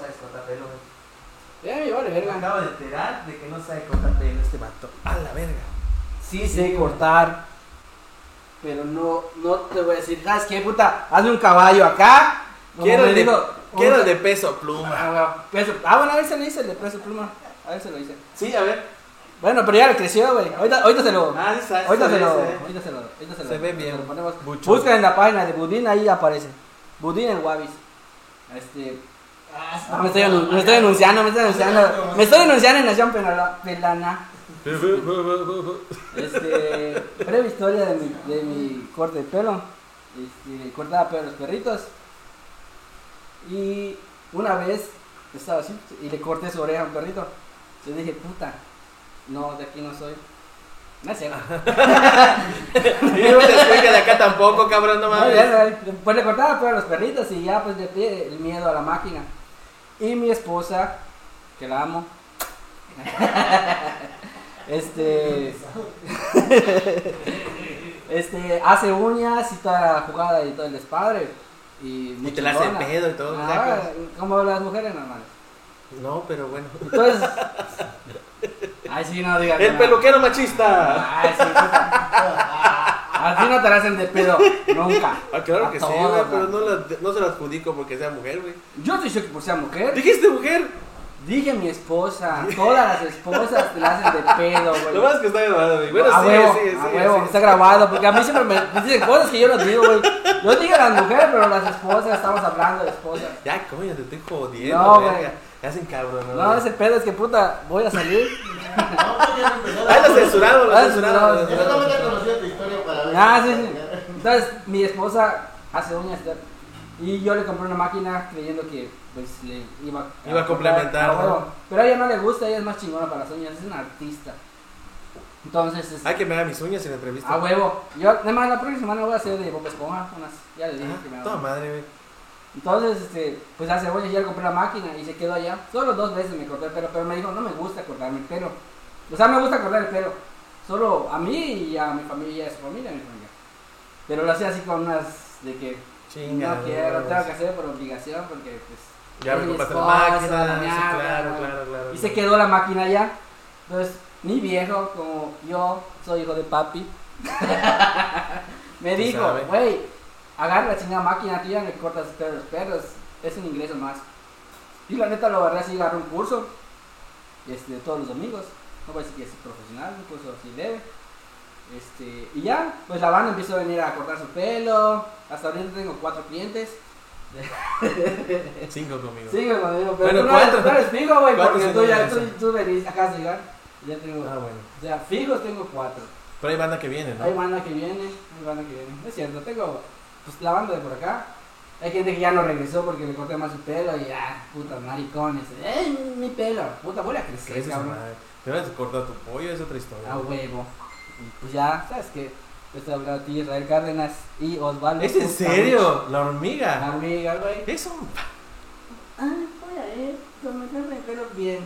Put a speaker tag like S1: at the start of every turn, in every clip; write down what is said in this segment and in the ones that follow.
S1: sabe cortar pelo, güey.
S2: Ya, yo vale,
S1: Me
S2: verga.
S1: acabo de enterar de que no sabe cortar pelo este vato.
S2: A la verga.
S1: Sí,
S2: Sí,
S1: sé
S2: güey.
S1: cortar.
S2: Pero no, no te voy a decir, ¿sabes qué, puta? Hazme un caballo acá.
S1: Como
S2: Quiero
S1: me
S2: el de,
S1: digo,
S2: quiero el
S1: un-
S2: de peso pluma. Ah, güey, peso- ah, bueno, a ver se lo hice el de peso pluma. A ver se lo hice.
S1: Sí, a ver.
S2: Bueno, pero ya le creció, güey. Ahorita, ahorita se lo.
S1: Ah, sí, sabe,
S2: Ahorita
S1: sabe,
S2: se lo.
S1: sabe.
S2: Ahorita se lo. Ahorita se lo.
S3: Se ve bien.
S2: se lo ponemos.
S3: Bucho.
S2: Busca en la página de Budín, ahí aparece. Budín en Guavis. Este. Ah, me, estoy, anun- me estoy denunciando, me estoy denunciando. Me estoy denunciando en Nación Penala- Pelana. Este, breve historia de mi, de mi corte de pelo. Este, cortaba pelo a los perritos. Y una vez estaba así y le corté su oreja a un perrito. Yo dije, puta, no, de aquí no soy. No es cierto.
S3: Y no me despegue de acá tampoco, cabrón, no
S2: No,
S3: mames.
S2: ya, ya, Pues le cortaba pelo a los perritos y ya pues le pide el miedo a la máquina. Y mi esposa, que la amo. este. este hace uñas y toda la jugada y todo el despadre. Y, muy
S3: Y te la hace
S2: chingona.
S3: pedo y todo,
S2: Ah,
S3: sacas.
S2: como las mujeres normales.
S3: No, pero bueno.
S2: Entonces. Ay, sí, no digas.
S3: El
S2: nada.
S3: peluquero machista.
S2: Ay, Ah, sí, puta. Así no te la hacen de pedo, nunca.
S3: Ah, claro
S2: A
S3: que sí,
S2: todas,
S3: güey,
S2: ¿no?
S3: pero no, la- no se lo adjudico porque sea mujer, güey.
S2: Yo estoy shock por ser mujer.
S3: Dijiste mujer.
S2: Dije mi esposa. Todas las esposas te la hacen de pedo,
S3: Lo
S2: güey.
S3: más que está grabado, güey. Bueno,
S2: a
S3: sí,
S2: huevo,
S3: sí, sí,
S2: a
S3: sí,
S2: huevo,
S3: sí.
S2: está grabado, porque a mí siempre me me dicen cosas que yo no digo, güey. Yo dije a las mujeres, pero las esposas, estamos hablando de esposas.
S3: Ya, coño, te estoy jodiendo,
S2: No,
S3: verga.
S2: güey.
S3: Te hacen cabrón, ¿no?
S2: No, ese pedo es que puta, voy a salir.
S4: No, pues ya empezó.
S3: Ahí lo censuraron, lo
S2: Ah,
S3: censuraron. lo
S2: censurado.
S4: Yo
S3: censuraron.
S4: solamente conocía tu historia para ver.
S2: Ah, sí, sí. Entonces, mi esposa hace uñas y yo le compré una máquina creyendo que pues le iba,
S3: Iba a complementar,
S2: a huevo.
S3: ¿no?
S2: Pero a ella no le gusta, ella es más chingona para las uñas, es una artista. Entonces, este,
S3: Hay que me haga mis uñas en la entrevista.
S2: A huevo. Yo, nada más, la próxima semana voy a hacer de Bob Esponja. Unas, ya le dije que me
S3: Ah,
S2: haga.
S3: Toda madre, güey.
S2: Entonces, este, pues hace oye, ya le compré la máquina y se quedó allá. Solo dos veces me cortó el pelo, pero me dijo, no me gusta cortarme el pelo. O sea, me gusta cortar el pelo. Solo a mí y a mi familia, y a su familia, a mi familia. Pero lo hacía así con unas de que
S3: Chinga.
S2: no quiero,
S3: güey.
S2: tengo que hacer por obligación porque pues...
S3: Ya me
S2: mi
S3: compraste la
S2: esposa,
S3: máquina.
S2: la
S3: sí,
S2: mierda,
S3: claro,
S2: güey.
S3: claro, claro.
S2: Y se quedó la máquina allá. Entonces, mi viejo, como yo soy hijo de papi, me
S3: Sí
S2: dijo,
S3: sabe.
S2: güey, agarra la chingada máquina, tú ya le cortas el pelo a los perros, es un ingreso más. Y la neta lo agarré así, agarré un curso, este, todos los domingos, no voy a decir que es profesional, un curso así leve. Este, y ya, pues la banda empezó a venir a cortar su pelo, hasta ahorita tengo cuatro clientes.
S3: Cinco conmigo.
S2: Sí, güey, cuando digo, pero
S3: Bueno,
S2: tú no eres-
S3: ¿cuántos?
S2: tú eres fijo, güey,
S3: ¿Cuántos
S2: porque tú ya,
S3: señores
S2: tú,
S3: son?
S2: tú venís, acá de llegar, ya tengo,
S3: Ah, bueno.
S2: o sea, fijos tengo cuatro,
S3: Pero hay banda que viene,
S2: hay
S3: ¿no?
S2: banda que viene, hay banda que viene, No es cierto, tengo, pues, la banda de por acá, hay gente que ya no regresó porque le corté más su pelo y ya, puta, maricones, eh, mi pelo, puta, voy a
S3: Que
S2: crecer,
S3: eso es
S2: cabrón, Ah,
S3: madre. Te vas a cortar tu pollo, es otra historia.
S2: a huevo, y pues ya, sabes que, te he hablado a ti, Israel Cárdenas y Osvaldo.
S3: ¿Es en
S2: Bustamante.
S3: serio? La hormiga.
S2: Amiga, güey.
S3: Es un.
S2: Ah, voy a ver, tomarme el pelo bien.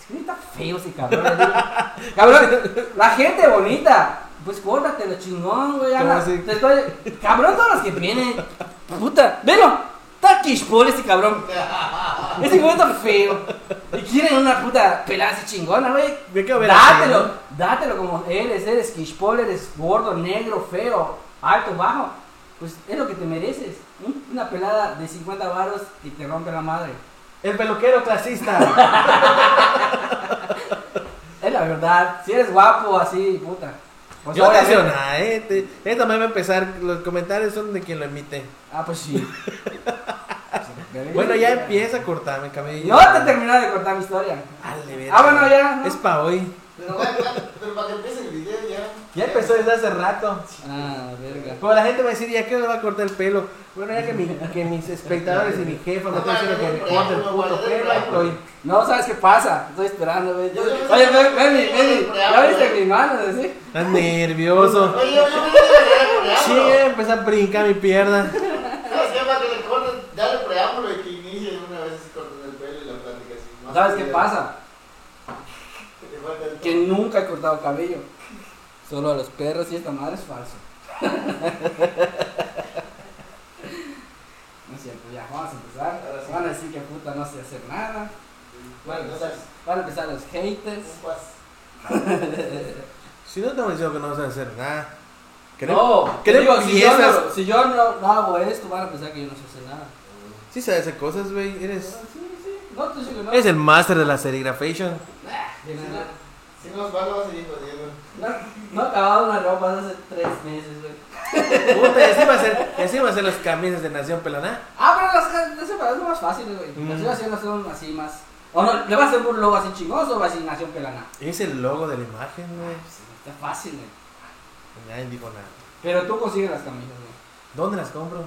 S2: Es que está feo ese cabrón. así. cabrón, la gente bonita. Pues córtatelo chingón, güey.
S3: ¿Cómo
S2: habla.
S3: así?
S2: Te estoy... Cabrón, todos los que vienen. Puta, velo. Está por ese cabrón. Ese güey está feo. Y quieren una puta pelada así chingona, güey.
S3: Me quedo ver así,
S2: Dátelo,
S3: ¿no?
S2: dátelo como eres, eres quishpol, eres gordo, negro, feo, alto, bajo. Pues es lo que te mereces. Un- Una pelada de 50 varos y te rompe la madre.
S3: El peluquero clasista.
S2: Es la verdad. Si eres guapo así, puta. Pues,
S3: Yo
S2: obviamente-
S3: atención a este. Este también va a empezar. Los comentarios son de quien lo emite.
S2: Ah, pues sí.
S3: Bueno, ya empieza a cortarme el cabello.
S2: No te terminó de contar mi historia.
S3: Dale, verga.
S2: Ah, bueno, ya.
S3: Es pa' hoy.
S4: Pero, bueno, ya- pero para que empiece el video ya.
S3: desde hace rato.
S2: Ah, verga.
S3: Pero la gente va a decir, ¿ya qué me va a cortar el pelo? Bueno, ya que, mi- que mis espectadores y mi jefa me están diciendo que me corte el puto pelo, ahí estoy.
S2: No sabes qué pasa. Estoy esperando, güey.
S4: Yo- yo-
S2: Oye, ve, ve, mi- ve, mi-
S4: yo-
S2: ¿Ya viste mi mano? ¿sí?
S3: Estás nervioso.
S4: Oye, yo yo me voy a
S3: Sí,
S2: eh.
S4: preámbulo.
S3: empezó a brincar mi pierna.
S4: ¿Sabes qué? Para que le corten, dale preámbulo y que inicie una vez así cortando el pelo y la plática así. más
S2: ¿Sabes qué
S4: bien.
S2: pasa?
S4: Que te falta el-
S2: Que nunca he cortado cabello. Solo a los perros y esta madre es falso. pinche, pues ya vamos a empezar. Van a decir que puta no sé hacer nada.
S4: Bueno, entonces,
S2: Van a empezar los haters.
S4: un pas.
S3: Si no te menciono que no vas a hacer nada. que
S2: No,
S3: que
S2: te
S3: no
S2: digo, si yo,
S3: empiezas?
S2: no, si yo no, no hago esto, van a pensar que yo no sé hacer nada.
S3: Sí sabes hacer cosas, güey. Eres,
S2: Sí, sí, no, tú dices que no.
S3: eres el máster de la serigrafation.
S2: De nada.
S4: Si nos va, lo vas a seguir jodiendo.
S2: No, no he acabado una ropa hace tres meses, güey.
S3: Puta, y así va a ser, y así va a ser las camisas de Nación Pelaná.
S2: Ah, pero las las separadas son más fáciles, güey.
S3: Mm.
S2: Las estoy haciendo son así más. O no, le vas a hacer un logo así chingoso o así nación pelana. Pues,
S3: Es el logo de la imagen, güey.
S2: Está fácil, güey.
S3: Nadie dijo nada.
S2: Pero tú consigues las camisas, güey.
S3: ¿Dónde las compro?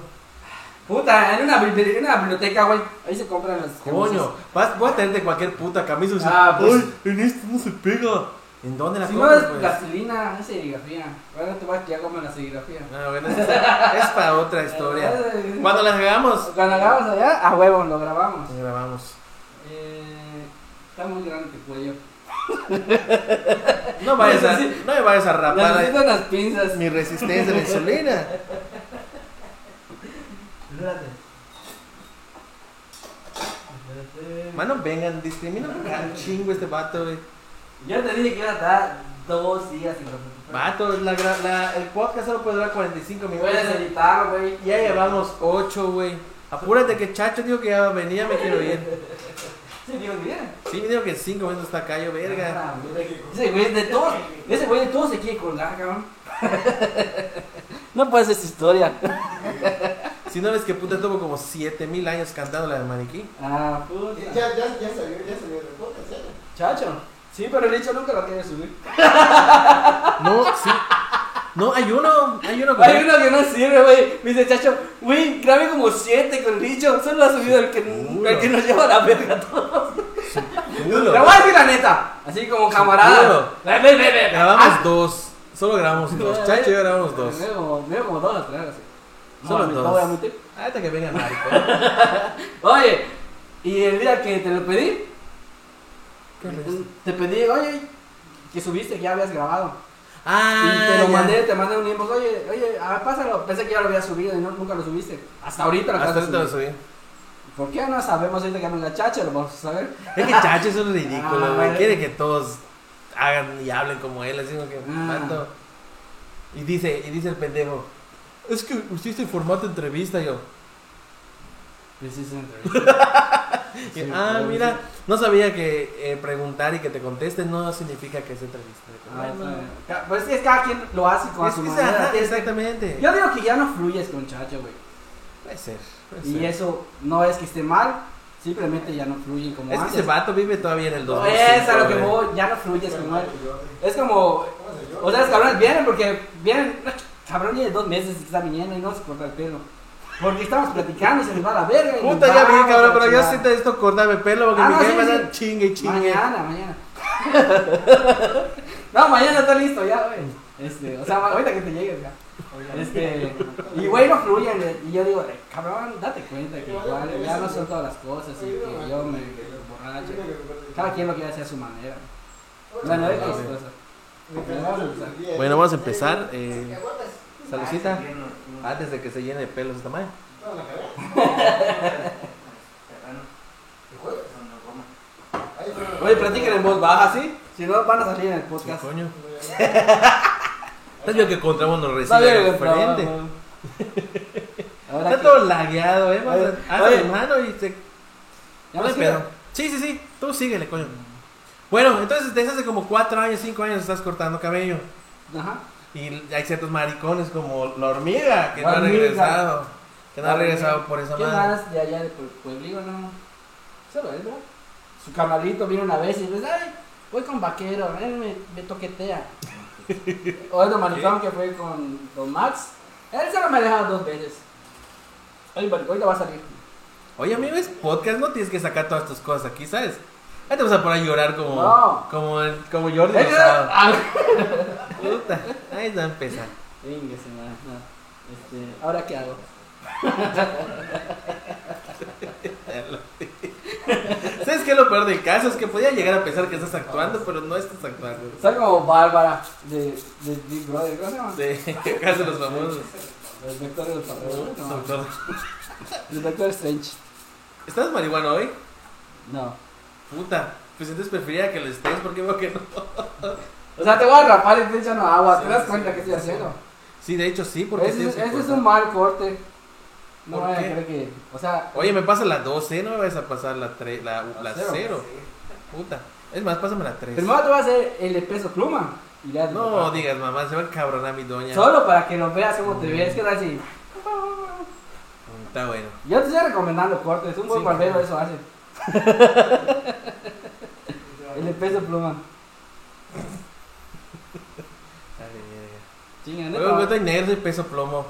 S2: Puta, en una, bibli- en una biblioteca, güey. Ahí se compran las
S3: Coño, vas, voy a tener de cualquier puta camisa.
S2: Ah, pues.
S3: Ay, en esto no se pega. ¿En dónde las
S2: Si no
S3: compro?
S2: es
S3: pues?
S2: plastilina, es serigrafía. Ahora te vas a quedar como en la serigrafía. Eh,
S3: Ah, bueno, es, es para otra historia. Cuando las hagamos,
S2: Cuando grabamos allá, a huevo lo grabamos.
S3: grabamos.
S2: Eh, está muy grande tu cuello.
S3: No vayas a, no me vayas a rapar
S2: Necesito unas pinzas.
S3: mi resistencia a la insulina.
S1: Espérate. Espérate.
S3: Mano, vengan, discriminan un chingo este vato, güey.
S1: Yo te dije que iba a estar dos días sin comprar.
S3: Vato, la, gra- la- el podcast solo puede durar 45 minutos.
S2: Puedes editar, güey.
S3: Ya llevamos 8, güey. Apúrate que Chacho dijo que ya venía, me quiero ir.
S2: Sí, digo, bien.
S3: Sí, me dijo que en 5 minutos está callo,
S2: Ah,
S3: verga.
S2: Ese güey de todo, ese güey de todo se quiere colgar, cabrón. No puede ser esta historia.
S3: Si no ves que puta tuvo como 7000 años cantando la de maniquí.
S2: Ah, puta.
S4: Ya, ya, ya salió, ya salió el podcast, ya.
S2: Chacho. Sí, pero el hecho nunca lo quiere subir.
S3: No, sí. No, hay uno, hay uno con
S2: Hay uno que no sirve, güey. Me dice, chacho, güey, grabé como siete con Richo. Solo ha subido el que,
S3: Seguro.
S2: el que nos lleva a la verga a todos.
S3: Culo.
S2: Te voy a decir la neta. Así como camarada.
S3: Seguro.
S2: Ve, ve, ve, ve. Ah,
S3: Grabamos dos. Solo grabamos dos. Chacho y yo grabamos dos.
S2: Veo como- veo como dos, claro, sí.
S3: Solo
S2: No, no
S3: dos.
S2: voy a mentir.
S3: Hasta que venga Marco.
S2: Oye, y el día que te lo pedí,
S3: ¿Qué le-
S2: te pedí, oye, que subiste, que ya habías grabado.
S3: Ah,
S2: y te lo
S3: ya.
S2: mandé, te mandé un inbox, oye, oye, a ver, pásalo. Pensé que ya lo había subido y no, nunca lo subiste. Hasta ahorita lo
S3: Hasta
S2: acabas de
S3: ahorita lo
S2: subir.
S3: subí.
S2: ¿Por qué no sabemos ahorita que anda la chacha? Lo vamos a saber.
S3: Es que Chacho es un ridículo, güey.
S2: Ah.
S3: Quiere que todos hagan y hablen como él, así como que
S2: Ah.
S3: "Vato". Y dice, y dice el pendejo. Es que usted hizo el formato entrevista, yo.
S2: Pues sí, sí,
S3: Y,
S2: Sí,
S3: ah,
S2: claro,
S3: mira,
S2: sí.
S3: no sabía que eh, preguntar y que te contesten no significa que es entrevista.
S2: Ah,
S3: Bueno,
S2: está bien. Ca- Pues es que cada quien lo hace Ah, con
S3: es
S2: su
S3: que es-
S2: manera.
S3: ajá, exactamente.
S2: Yo digo que ya no fluyes con chacha, güey.
S3: Puede ser. puede
S2: Y
S3: ser.
S2: eso no es que esté mal, simplemente ya no fluyen como
S3: Es que
S2: antes.
S3: ese vato vive todavía en el 2000.
S2: es a lo que voy, ya no fluyes como antes. Es como O sea, los cabrones vienen porque vienen, no, cabrón, ya de dos meses que está viniendo y no se corta el pelo. Porque estamos platicando y se les va a la verga. y nos
S3: Puta, ya
S2: vamos
S3: vi, cabrón,
S2: a
S3: pero yo
S2: chingar.
S3: sí te necesito cortarme pelo porque
S2: Ah,
S3: mi
S2: no,
S3: jefa
S2: sí,
S3: está chingue y chingue.
S2: Mañana, mañana. no, mañana está listo ya, güey. Este, o sea, ahorita que te llegues ya. Este, y güey, no fluyen. eh, Y yo digo, eh, cabrón, date cuenta que igual ya no son todas las cosas y que yo me borracho. Cada quien lo quiere hacer a su manera. Bueno, es cosa.
S3: Bueno, vamos a empezar. Eh,
S4: ¿Aguantas?
S3: saludcita.
S1: Ay, sí, bien, no, no.
S3: Antes de que se llene de pelos esta madre.
S4: No, la cagada.
S1: Ah, no,
S4: ¿Te juegas?
S1: no, no, coma.
S4: Ahí fue.
S2: Oye, platiquen en voz baja, ¿sí? Si no, van a salir en el podcast.
S3: coño? Estás
S4: Ahí
S3: viendo que encontramos nos
S2: Está bien,
S3: recibe
S2: güey, pero
S3: diferente.
S2: vamos. Ahora
S3: Está
S2: que-
S3: todo lagueado, eh. Vamos
S2: Oye,
S3: a- Hazle
S2: oye.
S3: hermano y se.
S2: ya
S3: no hay
S2: ves que-
S3: pedo. Sí, sí, sí. Tú síguele, coño. Bueno, entonces desde hace como 4 años, 5 años estás cortando cabello.
S2: Ajá.
S3: Y hay ciertos maricones como la hormiga que no ha
S2: Hormiga.
S3: regresado. Que no ha
S2: La hormiga.
S3: regresado por esa
S2: ¿Qué
S3: madre.
S2: más de allá de Pue- Pueblillo, no? Solo él, ¿verdad? Su carnalito vino una vez y dice, ay, voy con vaquero, él me, me toquetea. o el maricón que fue con Don Max, él se lo me ha dejado dos veces. Oye, maricón, ahorita va a salir.
S3: Oye, amigo, es podcast, no tienes que sacar todas tus cosas aquí, ¿sabes? Ahí te vas a poner a llorar como,
S2: No.
S3: como, el- como Jordi
S2: Él-
S3: Rosado.
S2: Ah,
S3: Puta, ahí va a empezar.
S2: Venga, se me va, no. Este, ¿Ahora qué hago?
S3: ¿Sabes qué es lo peor del caso? Es que podía llegar a pensar que estás actuando, pero no estás actuando.
S2: Soy como Bárbara de, de Big Brother, ¿cómo se llama?
S3: De caso de los famosos.
S2: Los vectores del papel.
S3: Doctor.
S2: El Doctor Strange.
S3: ¿Estás marihuana hoy?
S2: No.
S3: Puta. Pues entonces prefería que lo estés porque veo que no.
S2: O sea, te voy a rapar y te estoy echando agua. ¿Te das cuenta que estoy haciendo?
S3: Sí, de hecho sí, porque sí
S2: ese
S3: se
S2: ese es
S3: corta.
S2: un mal corte. No
S3: ¿Por
S2: vaya a
S3: qué?
S2: creer que. O sea,
S3: Oye, me pasa la 12, no me vas a pasar la 3, la, la
S2: cero.
S3: 0. Puta. Es más, pásame la 3.
S2: primero te voy a hacer el de peso pluma. Y le das-
S3: Pues No digas, mamá, se va a cabronar mi doña.
S2: Solo para que lo veas cómo te ves. ¿Qué tal si.?
S3: Está bueno.
S2: Yo te estoy recomendando cortes. Un buen
S3: Sí,
S2: barbero
S3: claro.
S2: eso hace. El de peso pluma.
S3: Dale, verga.
S2: Chinga,
S3: Luego yo
S2: neta. Mm.
S3: estoy negro y peso plomo.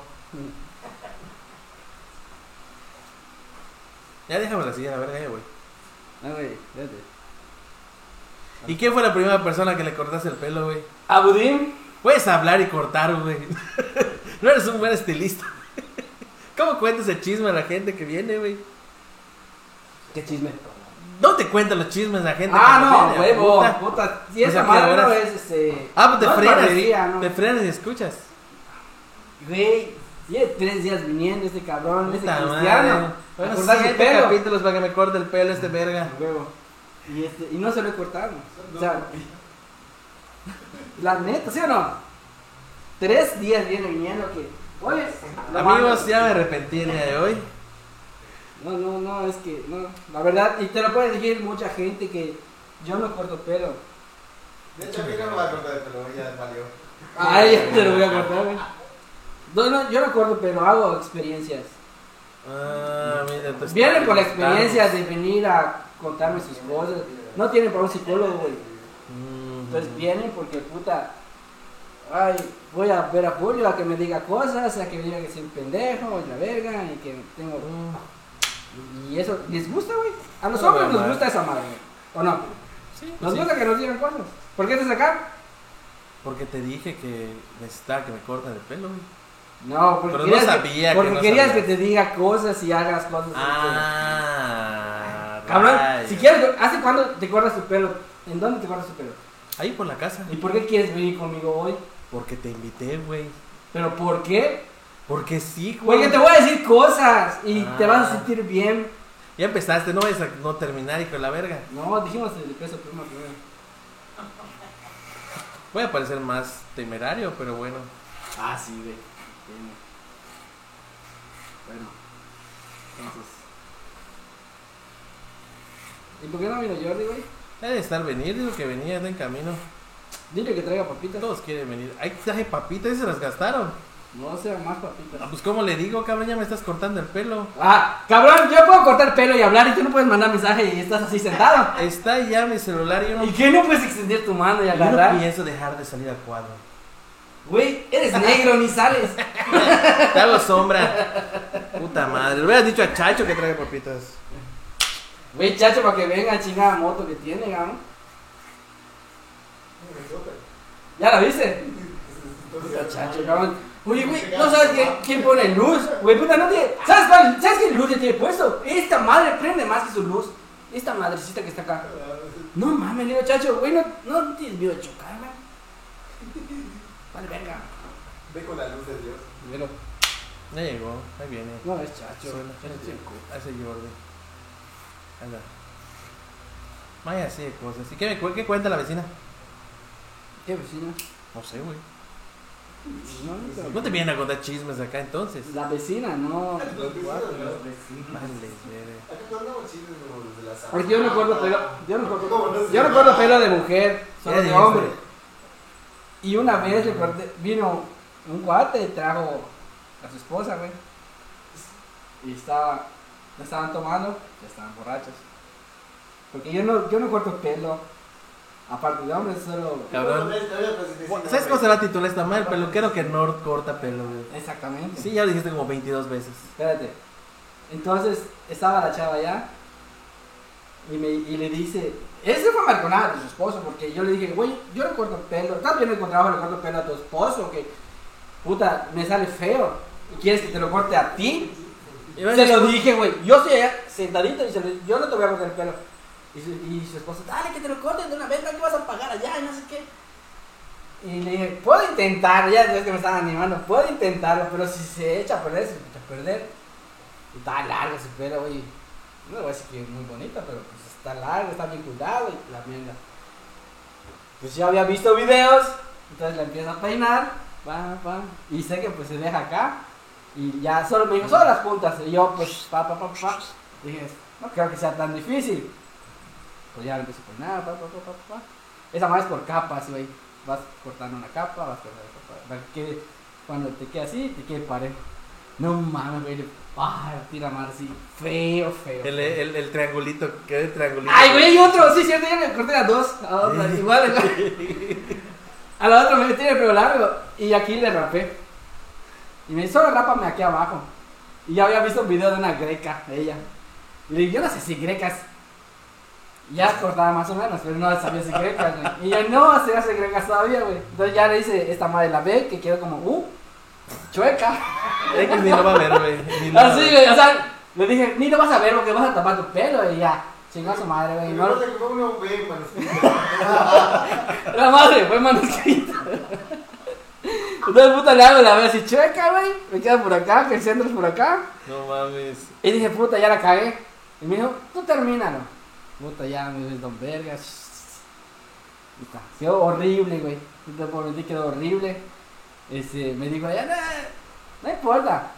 S3: Ya déjame la silla, la verga, ya, güey.
S2: No, güey, espérate.
S3: ¿Y quién fue la primera persona que le cortaste el pelo, güey?
S2: A Budín,
S3: Puedes hablar y cortar, güey. no eres un buen estilista. ¿Cómo cuentas el chisme a la gente que viene, güey?
S2: Qué chisme.
S3: No te cuentan los chismes a la gente que
S2: Ah, no,
S3: viene,
S2: huevo.
S3: puta.
S2: Puta, si
S3: O sea,
S2: esa
S3: que
S2: madre no
S3: ahora-
S2: es este.
S3: Ah, pues te
S2: no es
S3: frenas.
S2: barbería, no.
S3: Te frenas y escuchas.
S2: Güey, tiene tres días viniendo este cabrón, este
S3: Puta madre.
S2: cristiano.
S3: Bueno,
S2: Cortar su
S3: siete
S2: pelo.
S3: capítulos para que me corte el pelo este verga.
S2: A huevo. Y, este, y no se lo he cortado. O sea, la neta, ¿sí o no? Tres días viene viniendo que. Oye, lo
S3: Amigos,
S2: mando.
S3: ya me arrepentí el día de hoy.
S2: No, no, no, es que, no. La verdad, y te lo puede decir mucha gente que yo no corto pelo.
S4: De hecho, a mí no me va a cortar el pelo, ya valió.
S2: Ay, ya te lo voy a cortar, güey. No, no, yo no corto pelo, hago experiencias.
S3: Ah, mira, pues,
S2: Vienen con la
S3: claro.
S2: experiencia de venir a contarme sus cosas. No tienen para un psicólogo, güey.
S3: Mm.
S2: Entonces vienen porque, puta, ay, voy a ver a Julio a que me diga cosas, a que me diga que soy un pendejo y la verga y que tengo...
S3: Mm.
S2: Y eso, ¿les gusta, güey? A
S3: No,
S2: nosotros nos
S3: madre.
S2: gusta esa madre, güey. ¿O no?
S3: Sí,
S2: Nos
S3: sí.
S2: gusta que nos digan cosas. ¿Por qué te acá?
S3: Porque te dije que necesitaba que me corten el pelo, güey.
S2: No, porque
S3: Pero no
S2: querías,
S3: sabía
S2: que,
S3: que
S2: porque
S3: no
S2: querías
S3: sabía.
S2: que te diga cosas y hagas cosas.
S3: Ah,
S2: Cabrón,
S3: rayos.
S2: si quieres, ¿hace cuándo te cortas tu pelo? ¿En dónde te cortas tu pelo?
S3: Ahí por la casa.
S2: ¿Y por qué quieres venir conmigo hoy?
S3: Porque te invité, güey.
S2: ¿Pero por qué?
S3: Porque sí, güey.
S2: Porque te voy a decir cosas y te vas a
S3: Ah.
S2: sentir bien.
S3: Ya empezaste, no vayas a no terminar, hijo de la verga.
S2: No, dijimos el peso pluma primero.
S3: Voy a parecer más temerario, pero bueno.
S2: Ah, sí, güey. Bueno. Bueno. Entonces. ¿Y por qué no vino Jordi, güey?
S3: Ha de estar venir, digo que venía, anda en camino.
S2: Dile que traiga papitas.
S3: Todos quieren venir. Ay, traje papitas y se las gastaron.
S2: No sea más
S3: Ah,
S2: papitas.
S3: pues, ¿cómo le digo, cabrón? Ya me estás cortando el pelo.
S2: Ah, cabrón, yo puedo cortar pelo y hablar y tú no puedes mandar mensaje y estás así sentado.
S3: Está ya mi celular y yo no,
S2: ¿Y qué no puedes extender tu mano y
S3: yo no
S2: agarrar?
S3: pienso dejar de salir al cuadro.
S2: Güey, eres negro, ni sales.
S3: Te hago sombra. Puta madre. Le hubieras dicho a Chacho que traiga papitas.
S2: Güey, chacho, para que venga chingada moto que tiene, cabrón. ¿Ya la viste? Chacho, cabrón. Oye, güey, no sabes quién, quién pone luz. Güey, puta, no tiene. ¿Sabes cuál? ¿Sabes qué luz ya tiene puesto? Esta madre prende más que su luz. Esta madrecita que está acá. No mames, le digo, chacho, güey, no, no tienes miedo de chocar, güey. Vale, verga.
S4: Ve con la luz de Dios.
S2: Pero,
S3: Ya llegó, ahí viene.
S2: no es chacho.
S3: Suena,
S2: Eres
S3: sí.
S2: chico.
S3: Hace Jordi. Ah, Anda. Vaya así de cosas. ¿Y qué, me, cu- qué cuenta la vecina?
S2: ¿Qué vecina?
S3: No sé, güey.
S2: No, nunca.
S3: No te vienen a contar chismes acá entonces.
S2: La vecina, no.
S4: Los vecinos, ¿no?
S3: Vale, verga.
S4: Acá contamos chismes como los de la sala.
S2: Porque yo no corto pelo. Yo no corto
S4: ¿Cómo no se
S2: Yo no
S4: llama?
S2: corto pelo de mujer, solo
S3: Ya
S2: de
S3: dijiste.
S2: hombre. Y una vez le corté- vino un cuate y trajo a su esposa, güey. Y estaba, la estaban tomando, ya estaban borrachos. Porque yo no, yo no corto pelo. Aparte de hombres, solo.
S3: Cabrón.
S4: Bueno, esta vez, pues, sí, sí,
S3: Bueno,
S4: no,
S3: ¿Sabes cómo
S4: güey.
S3: se va a titular esta madre? El peluquero que Nord corta pelo, güey.
S2: Exactamente.
S3: Sí, ya lo dijiste como 22 veces.
S2: Espérate. Entonces estaba la chava allá y, me, y le dice, ese fue marconada de su esposo, porque yo le dije, güey, yo no corto pelo, estás viendo con trabajo, le corto pelo a tu esposo, que puta, me sale feo. ¿Y quieres que te lo corte a ti? Se lo dije, güey, yo estoy allá sentadito y se lo dije, yo no te voy a cortar el pelo. Y su, y su esposa, dale que te lo corten de una vez, ¿no? ¿Qué vas a pagar allá? Y no sé qué. Y le dije, puedo intentar, ya es que me estaban animando, puedo intentarlo, pero si se echa a perder, se echa a perder. Está larga su pelo, güey. No le voy a decir que es muy bonita, pero pues está larga, está bien cuidado y la mierda. Pues ya había visto videos, entonces la empiezo a peinar, pa, pa, y sé que pues se deja acá. Y ya solo me dijo, solo las puntas. Y yo pues, pa, pa, pa, pa. Dije, no creo que sea tan difícil. Pues ya lo empiezo a peinar, pa, pa, pa, pa, pa. Esa madre es por capas, güey. Vas cortando una capa, vas cortando otra capa. para que quede- cuando te quede así, te quede parejo. No mames, güey. le- Ah, tira mar así. Feo, feo.
S3: El, el, el triangulito, que es el triangulito.
S2: Ay, güey, y otro. Sí, cierto, ya me corté a dos. A otra, igual. güey. A la otra me metí el pelo largo. Y aquí le rapé. Y me hizo, rápame aquí abajo. Y ya había visto un video de una greca, de ella. Y le dije, yo no sé si grecas. Ya cortaba más o menos, pero no sabía si grecas, güey. Y ya no se hace grecas todavía, güey. Entonces ya le hice esta madre la B, que quedó como, uh, chueca.
S3: Es que ni lo va a ver, güey. ni lo va a
S2: Así,
S3: ver.
S2: güey, o sea, le dije, ni lo vas a ver porque vas a tapar tu pelo y ya. Chingó a su madre, güey. No,
S4: Lo que pasa es que fue una V, manuscrito.
S2: la madre, fue manuscrito. Entonces, puta, le hago la vez así, checa, güey. Me queda por acá, que el centro es por acá.
S3: No mames.
S2: Y dije, puta, ya la cagué. Y me dijo, tú termínalo. Puta, ya me dijo, don vergas. Puta, quedó horrible, güey. No Te prometí, quedó horrible. Este, me dijo, ya no, no importa.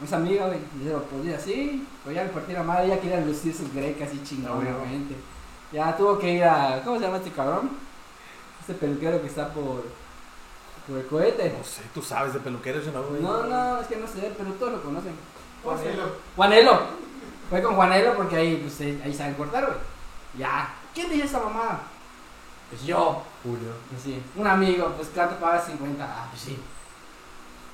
S2: Mis amigos, güey, me dijeron, pues ya sí, pues ya le partí la madre, ya quería lucir sus grecas y chingón,
S1: No, no.
S2: obviamente. Ya tuvo que ir a, ¿cómo se llama este cabrón? Este peluquero que está por, por el cohete.
S3: No sé, tú sabes de peluqueros, ¿no, güey?
S2: No, no, es que no sé, pero todos lo conocen.
S4: Pónselo.
S2: Juanelo. Fue con Juanelo porque ahí, pues, eh, ahí saben cortar, güey. Ya. ¿Quién dice esa mamada? Pues yo.
S3: Julio.
S2: Pues sí. Un amigo, pues ¿cuánto pagas 50? Ah, pues sí.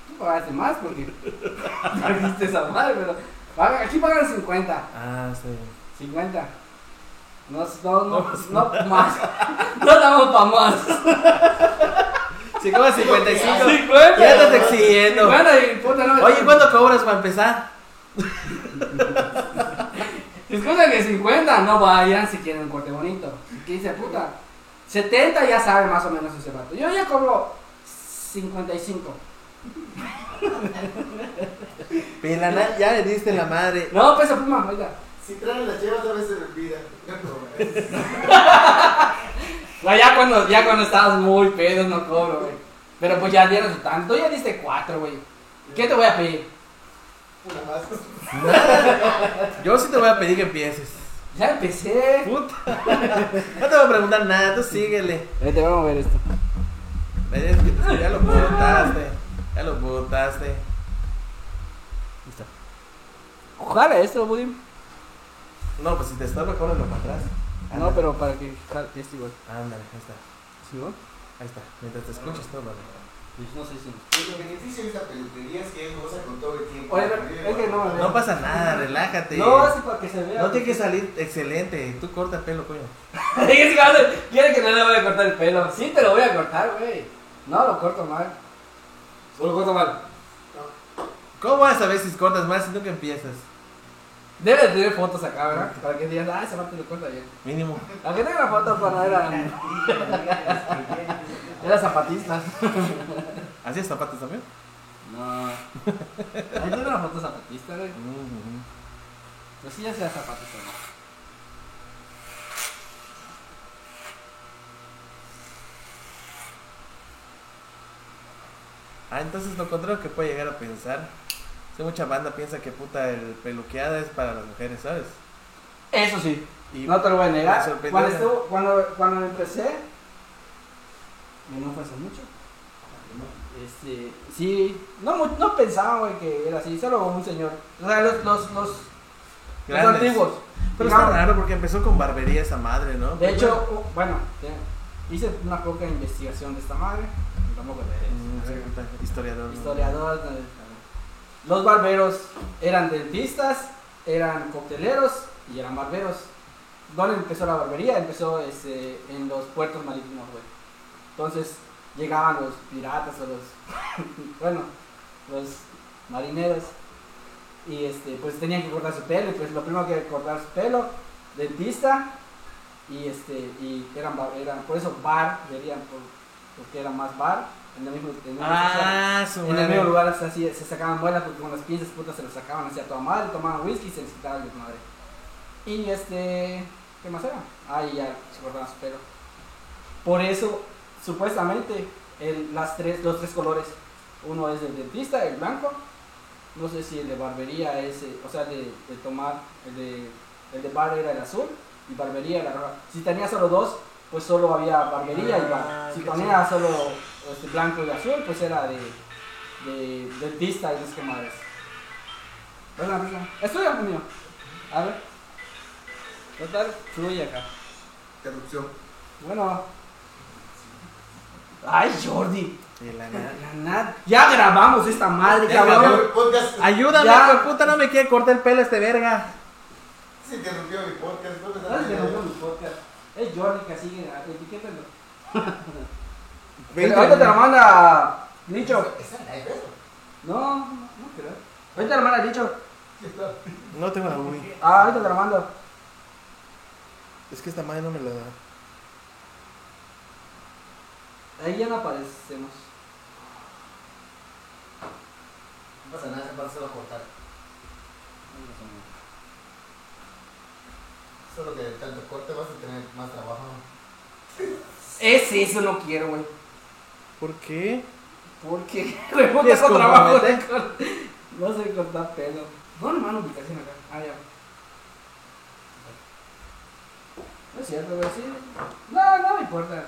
S2: Tú pagaste más porque perdiste esa madre, pero paga- aquí pagan 50.
S3: Ah, sí.
S2: 50. No, no, no, no más. No damos para más.
S3: Sí, como 55.
S2: 50.
S3: Ya estás exigiendo.
S2: 50 y puta, no.
S3: Oye, ¿cuándo cobras para empezar?
S2: Disculpen que 50 no vayan si quieren un corte bonito. 15 puta. 70 ya saben más o menos ese rato. Yo ya cobro 55.
S3: Pelana, ya le diste la madre.
S2: No, peso pluma, oiga.
S4: Si traen las chivas, a veces se repida.
S2: No, ya cuando, ya cuando estabas muy pedo no cobro, güey. Pero pues ya dieron su tanto, ya diste 4, güey. ¿Qué te voy a pedir?
S4: Una más. Pues,
S3: Yo sí te voy a pedir que empieces.
S2: Ya empecé.
S3: Puta. No te voy a preguntar nada, tú síguele.
S2: Ahí te vamos a ver esto.
S3: Ves que Ya lo botaste. Ya lo botaste.
S2: Ojalá esto, Buddy.
S3: No, pues si te estorba, cóbralo para atrás. Ándale.
S2: Ah, pero para que jale este igual.
S3: Ándale, ahí está.
S2: ¿Sí, no?
S3: Ahí está. Mientras te escuchas, tómalo.
S5: no sé si.
S4: Lo beneficio de esta peluquería es que es goza con todo el tiempo.
S2: Oye, pero es que no me veo.
S3: No pasa nada, relájate.
S2: No, es para que se vea.
S3: No tiene que salir excelente. Tú corta pelo, coño.
S2: Dije, si vas a- Quiere que no le voy a cortar el pelo. Sí, te lo voy a cortar, güey. No, lo corto mal. O lo corto mal.
S3: ¿Cómo vas a saber si cortas más si nunca empiezas?
S2: Debe de tener fotos acá, ¿verdad? Para que digan, ah, esa parte lo corta bien.
S3: Mínimo.
S2: La que tenga la foto cuando era, era zapatista.
S3: ¿Hacías zapatos también?
S2: No. Ahí tengo la foto zapatista, güey.
S3: Mm,
S2: Pues sí, ya sea zapatista, ¿no?
S3: Ah, entonces lo contrario que puede llegar a pensar. Si mucha banda piensa que puta el peluqueada es para las mujeres, ¿sabes?
S2: Eso sí.
S3: Y
S2: No te lo voy a
S3: Me
S2: negar.
S3: sorprendió.
S2: Cuando, estuvo, cuando, cuando empecé, y no fue hace mucho. Este, sí, no, mu- no pensaba güey, que era así, solo un señor. O sea, los, los, los, los
S3: grandes.
S2: antiguos.
S3: Pero
S2: Digamos,
S3: está raro porque empezó con barbería esa madre, ¿no?
S2: De hecho, u- bueno, te- hice una poca investigación de esta madre. Tampoco
S3: Mm, sí,
S2: te
S3: puta, historiador. ¿no?
S2: historiador. no- Los barberos eran dentistas, eran cocteleros y eran barberos. ¿Dónde empezó la barbería? Empezó este, en los puertos marítimos, güey. Entonces llegaban los piratas o los, bueno, los marineros. Y este, pues tenían que cortar su pelo, y pues lo primero que era cortar su pelo, dentista, y este, y eran, bar- eran por eso bar, dirían, por- porque era más bar en el mismo, en el mismo sexual.
S3: Ah, su
S2: En el mismo
S3: madre.
S2: lugar hasta así, se sacaban muelas porque con las pinzas putas se los sacaban así a toda madre, tomaban whisky y se les quitaba el madre. Y este, ¿qué más era? Ah, y ya se cortaban su pelo. Por eso, supuestamente, el- las tres, los tres colores, uno es del dentista, el blanco, no sé si el de barbería es, eh, o sea, de, de tomar, el de, el de bar era el azul y barbería era roja. Si tenía solo dos, pues solo había barbería y
S3: Ah,
S2: bar. Si
S3: qué
S2: tenía solo este, blanco y azul, pues era de, de dentista y no sé qué madres. Hola, amiga. Estudia, mío. A ver. Total, fluye acá.
S6: Interrupción.
S2: Bueno. Ay, Jordi.
S3: De la nada.
S2: La nada. Ya grabamos esta madre,
S6: Ya
S2: cabrón.
S6: grabamos.
S4: Podcast.
S3: Ayúdame,
S2: Ya.
S3: hijo de puta, no me quiere cortar el pelo este verga.
S4: Se interrumpió mi podcast. ¿Dónde está?
S2: ¿Sabes que no veo mi podcast? Es Jordi que sigue, etiquétenlo.
S3: Veinte
S2: Ahorita te lo
S3: minutos.
S2: manda Licho.
S4: ¿Es en live eso?
S2: No, no, no creo. Ahorita te lo manda Licho.
S3: No tengo la uni.
S2: Ah, ahorita te lo mando.
S3: Es que esta madre no me la da.
S2: Ahí ya no aparecemos.
S4: No pasa nada, esa parte se va a cortar. Solo que de tanto corte vas a tener más trabajo.
S2: Es eso no quiero, güey.
S3: ¿Por qué?
S2: Porque me pongo
S3: ¿Les
S2: con trabajo de
S3: compromete?
S2: cor- No sé cortar pelo. No, hermano, ubicación acá. Ah, ya. No es cierto, pero sí. No, no me importa.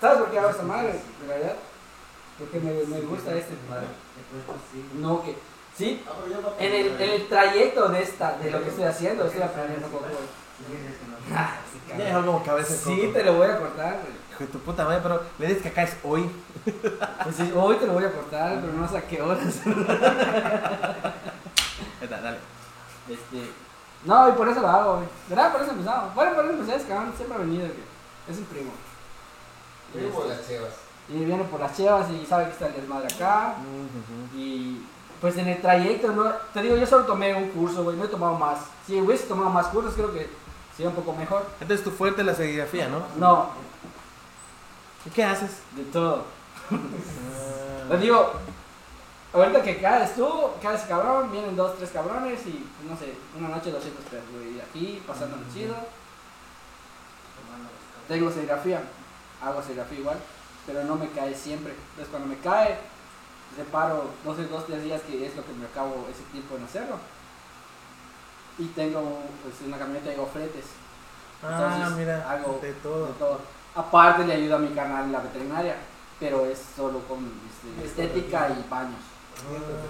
S2: ¿Sabes por qué hago esta madre? En realidad. Porque me, me gusta este madre. No, que. Sí,
S4: Ah, pero ya va a
S2: en el, en el trayecto de esta, de lo que estoy haciendo, estoy aprendiendo un poco. Ah, sí,
S3: Ya
S2: cabrón.
S3: dejó como cabeza. de
S2: Sí,
S3: coco.
S2: te lo voy a cortar, güey.
S3: Hijo de tu puta madre, pero le dices que acá es hoy.
S2: Pues sí, hoy te lo voy a cortar, pero no sé a qué horas.
S3: Eta, dale.
S2: Este. No, y por eso lo hago, güey. ¿Verdad? Por eso empezamos. Bueno, por eso empezamos, cabrón. Siempre ha venido, güey. Es un primo. Y,
S4: Vivo
S2: este,
S4: las chevas.
S2: y viene por las chevas y sabe que está el desmadre acá. Y pues en el trayecto, no, te digo, yo solo tomé un curso, güey. No he tomado más. Si hubiese tomado más cursos, creo que sería un poco mejor.
S3: Entonces tu fuerte es la serigrafía, ¿no?
S2: No,
S3: ¿Y qué haces?
S2: de todo. Les Pues digo, ahorita que caes tú, caes cabrón, vienen dos, tres cabrones y pues, no sé, una noche 200 pesos, güey. y Aquí, pasando chido. Tengo serigrafía, hago serigrafía igual, pero no me cae siempre. Entonces cuando me cae, reparo, no sé, dos, tres días que es lo que me acabo ese tiempo en hacerlo. Y tengo, pues en la camioneta hago fretes.
S3: Ah,
S2: Entonces,
S3: mira,
S2: hago
S3: de
S2: de
S3: todo.
S2: todo. Aparte le ayuda a mi canal en la veterinaria, pero es solo con este, estética y baños.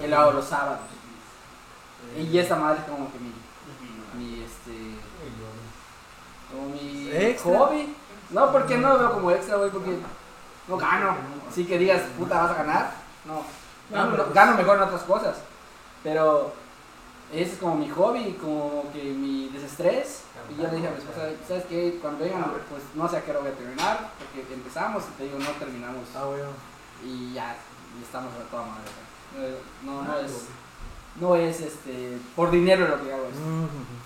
S2: Y lo hago los sábados. Y esta madre es como que mi, mi este, como mi
S3: ¿Extra?
S2: hobby. No, porque no lo veo como extra, güey, porque no gano. Así que digas, puta, vas a ganar. No, gano, gano mejor en otras cosas. Pero ese es como mi hobby, como que mi desestrés. Y yo le dije a mi esposa, ¿sabes qué? Cuando vengan, pues no sé a qué hora voy a terminar, porque empezamos y te digo, no terminamos. Y ya, y estamos a toda madre. güey. Eh, No, no es, no es este, por dinero lo que hago. es-
S3: Ujú.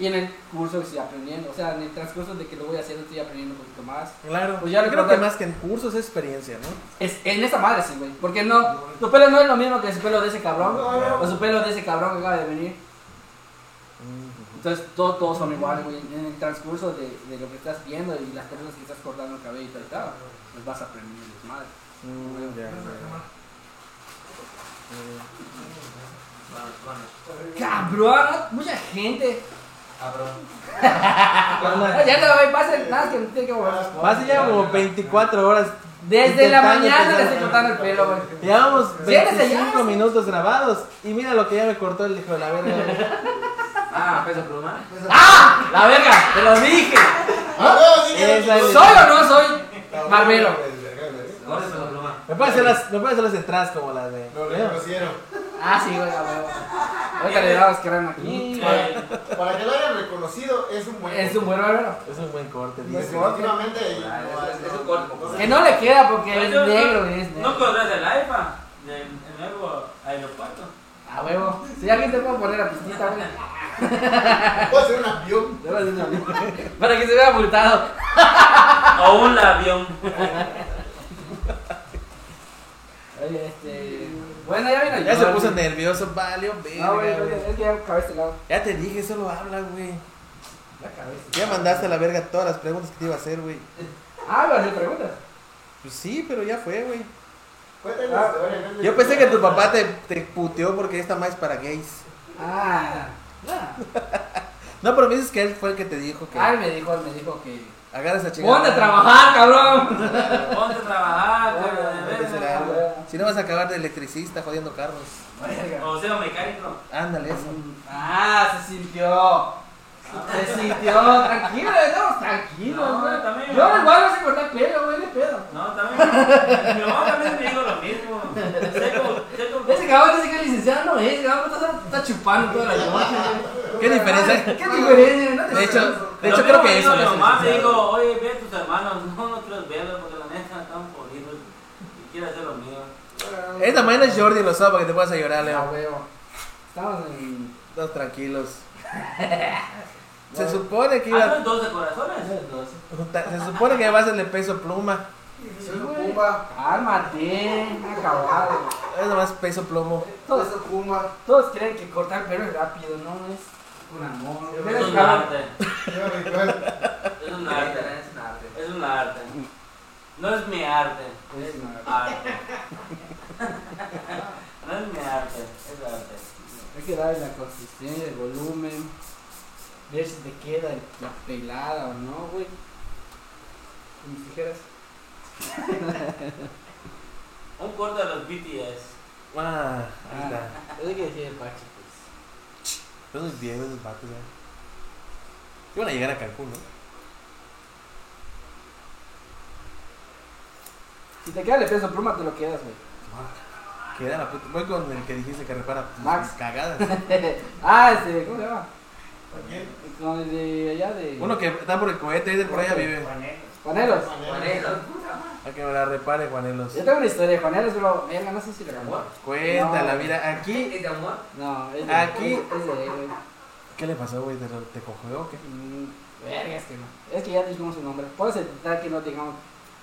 S2: y en el curso estoy aprendiendo, o sea, en el transcurso de que lo voy haciendo estoy aprendiendo un poquito más.
S3: Claro,
S2: Pues ya le
S3: creo que
S2: corté-
S3: más que en cursos es experiencia, ¿no?
S2: Es, en esa madre sí, güey, porque no, tu pelo no es lo mismo que su pelo de ese cabrón, o su pelo de ese cabrón que acaba de venir. Entonces todo- todos son iguales, güey, en el transcurso de, de lo que estás viendo y las personas que estás cortando el cabello y tal, y tal, pues vas aprendiendo de madre.
S3: Mm, ya, ya.
S2: ¡Cabrón! Mucha gente. Ah,
S3: Hola.
S2: Ya no, güey, pasen nada, que no tiene que mover.
S3: Más pues, ya como 24 horas.
S2: Desde la
S3: Intentando
S2: mañana le
S3: empezar.
S2: estoy cortando el pelo, güey.
S3: Llevamos
S2: Sí, eres de allá,
S3: 25
S2: sí.
S3: minutos grabados. Y mira lo que ya me cortó el hijo de la verga.
S1: Ah, peso pluma.
S2: ¡Ah! ¡La verga! ¡Te lo dije!
S4: ¡Ah, no!
S3: Esa
S4: ¡Dígame!
S3: es-
S2: ¿Soy o no soy barbero?
S1: Ahora es peso pluma.
S3: Me puede hacer las, me puede hacer las detrás como las de.
S4: Lo reconocieron.
S2: Ah, sí, güey, a huevo. Ahorita le dabas que eran aquí.
S4: Para que lo hayan reconocido, es un buen.
S2: Es un buen barbero.
S3: Es un buen corte,
S2: No es
S3: dice.
S4: Definitivamente. y
S1: Ah,
S4: no
S1: es-
S4: hay-
S1: es un corte.
S4: no sé.
S2: Que no le queda porque es
S7: Oye,
S2: negro,
S7: no-
S2: güey, es
S7: No
S2: negro.
S7: conoces el AIFA, del el nuevo aeropuerto.
S2: A huevo. Si alguien te puede poner la pistita, güey.
S4: Puedo hacer un avión.
S2: Yo lo digo. Para que se vea abultado.
S7: O un avión.
S8: Oye, este. Bueno, ya vino
S3: Ya se
S8: Jordi.
S3: puso nervioso, valió
S2: No, Ah, güey,
S3: verga,
S2: no,
S3: güey.
S2: es que ya cabeza de lado.
S3: Ya te dije, solo habla, güey.
S8: La cabeza.
S3: Ya mandaste a la verga todas las preguntas que te iba a hacer, güey.
S2: Ah, voy a hacer preguntas.
S3: Pues sí, pero ya fue, güey.
S4: Cuéntale la historia. no es
S3: Yo
S4: de-
S3: pensé que tu papá te, te puteó porque esta más es para gays.
S2: Ah, ya.
S3: No, pero me dices que él fue el que te dijo que
S2: Ay, me dijo, me dijo que.
S3: agarras a chingar.
S2: ¡Ponte a trabajar, cabrón!
S7: Ponte a trabajar,
S2: Bueno,
S7: cara de
S3: ¿Dónde
S7: verga.
S3: será, güey?
S2: Ah,
S3: Si no vas a acabar de electricista jodiendo carros.
S2: Verga.
S7: O sea, mecánico.
S3: Ándale, eso.
S2: Ah, se sintió. Se sintió. Tranquilo, estamos tranquilos,
S7: No,
S2: güey.
S7: también,
S2: Yo
S7: no.
S2: igual no sé cortar pelo, güey, de pedo.
S7: No, también. Mi mamá también me dijo lo mismo. Sé como, sé como-
S2: Ese cabrón dice que el licenciado no es, cabrón, está, está chupando toda la noche. güey.
S3: ¿Qué diferencia?
S2: ¿Qué diferencia? No te
S3: De hecho,
S2: sientas.
S3: de
S7: Lo
S3: hecho
S7: mismo
S3: creo
S7: me
S3: que
S7: dijo
S3: eso. lo
S7: Mi
S3: hace
S7: mamá me
S3: licenciado.
S7: dijo, oye, ve a tus hermanos. No, no quiero verlos porque la neta están jodidos. Y quiero hacer lo mío.
S3: Esta mañana es Jordi lo sabe para que te puedas a llorar,
S8: La
S3: Leo.
S8: veo.
S2: Estamos en.
S3: Todos tranquilos. Se supone que iba.
S7: Ah, no, 12 corazones.
S3: Se supone que vas el de peso pluma.
S2: Sí, güey. Cálmate, acabado.
S3: Es nomás peso plomo.
S2: Todos, todos creen que cortar pelo es rápido, no es un amor.
S4: Yo
S2: Mira,
S7: Es un
S2: cabrón.
S7: arte.
S4: Yo recuerdo.
S7: Es un arte.
S1: Es un arte.
S7: Es un arte. No es mi arte. Es arte. No es mi arte. Es arte.
S2: Hay que darle la consistencia, el volumen, ver si te queda el- la pelada o no, güey. Con mis tijeras.
S7: Un corte de los BTS.
S3: Ah, ahí está.
S8: Es lo que decía el Pachi, pues.
S3: Esos viejos, esos vatos, ya. Iban a llegar a Cancún, ¿no?
S2: Si te queda el peso pluma, te lo quedas, güey.
S3: Queda la puta. Voy con el que dijiste que repara tus
S2: Max.
S3: cagadas.
S2: ah, este, ¿cómo se llama?
S4: Pañuelos.
S2: Con el de allá de.
S3: Uno que está por el cohete, ese por allá vive.
S2: Juanelos.
S4: Pañuelos.
S3: A que me la repare, Juanelos.
S2: Yo tengo una historia de Juanelos, pero verga, no sé si lo grabó.
S3: Cuéntala,
S2: No.
S3: mira, aquí.
S1: ¿Es de amor?
S2: No, es de.
S3: Aquí.
S2: Es, es de, güey.
S3: ¿Qué le pasó, güey? ¿Te, lo- te cogió o qué?
S2: Mm, Verga, es que no. Es que ya dijimos su nombre. Puedes intentar que no digamos.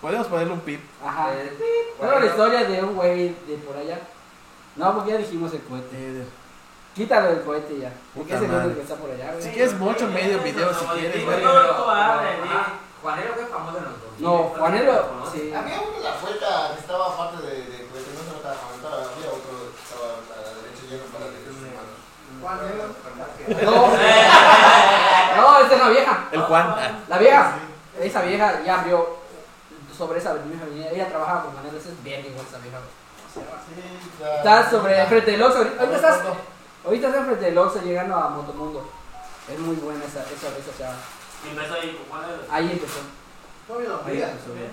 S3: Podemos ponerle un pip.
S2: Ajá.
S1: Eh,
S2: Pero la
S1: bueno.
S2: historia de un güey de por allá. No, porque ya dijimos el cohete.
S3: Eh,
S2: Quítalo el cohete ya. Porque
S3: Puta
S2: ese no es
S3: madre.
S2: el que está por allá,
S3: Si
S2: güey.
S3: quieres mucho medio video, si quieres,
S1: Bueno,
S7: Bueno,
S3: güey.
S7: no, no, abre,
S1: pero,
S7: di.
S1: ah, Juanelo fue famoso en los dos.
S2: No, Juanelo. Sí.
S4: Había uno en la vuelta que estaba aparte de, de, de que no se notaba con el paro, había otro que estaba a la derecha lleno para derechos humanos.
S3: Oh.
S2: No,
S7: Eh.
S2: no, esa es la vieja.
S3: El Juan.
S2: La vieja. Esa vieja ya vio sobre esa misma avenida. Ella trabajaba con Juanelo. Esa es bien igual esa vieja. güey.
S4: Sí,
S2: Estás sobre frente del Oxxo. Ahorita
S4: Ahorita
S2: estás, ahorita estás frente del Oxxo llegando a Motomundo. Es muy buena esa, esa, esa chava.
S7: Y empezó ahí, ¿cuál era?
S2: Ahí empezó. Ahí empezó.
S4: ¿Eh?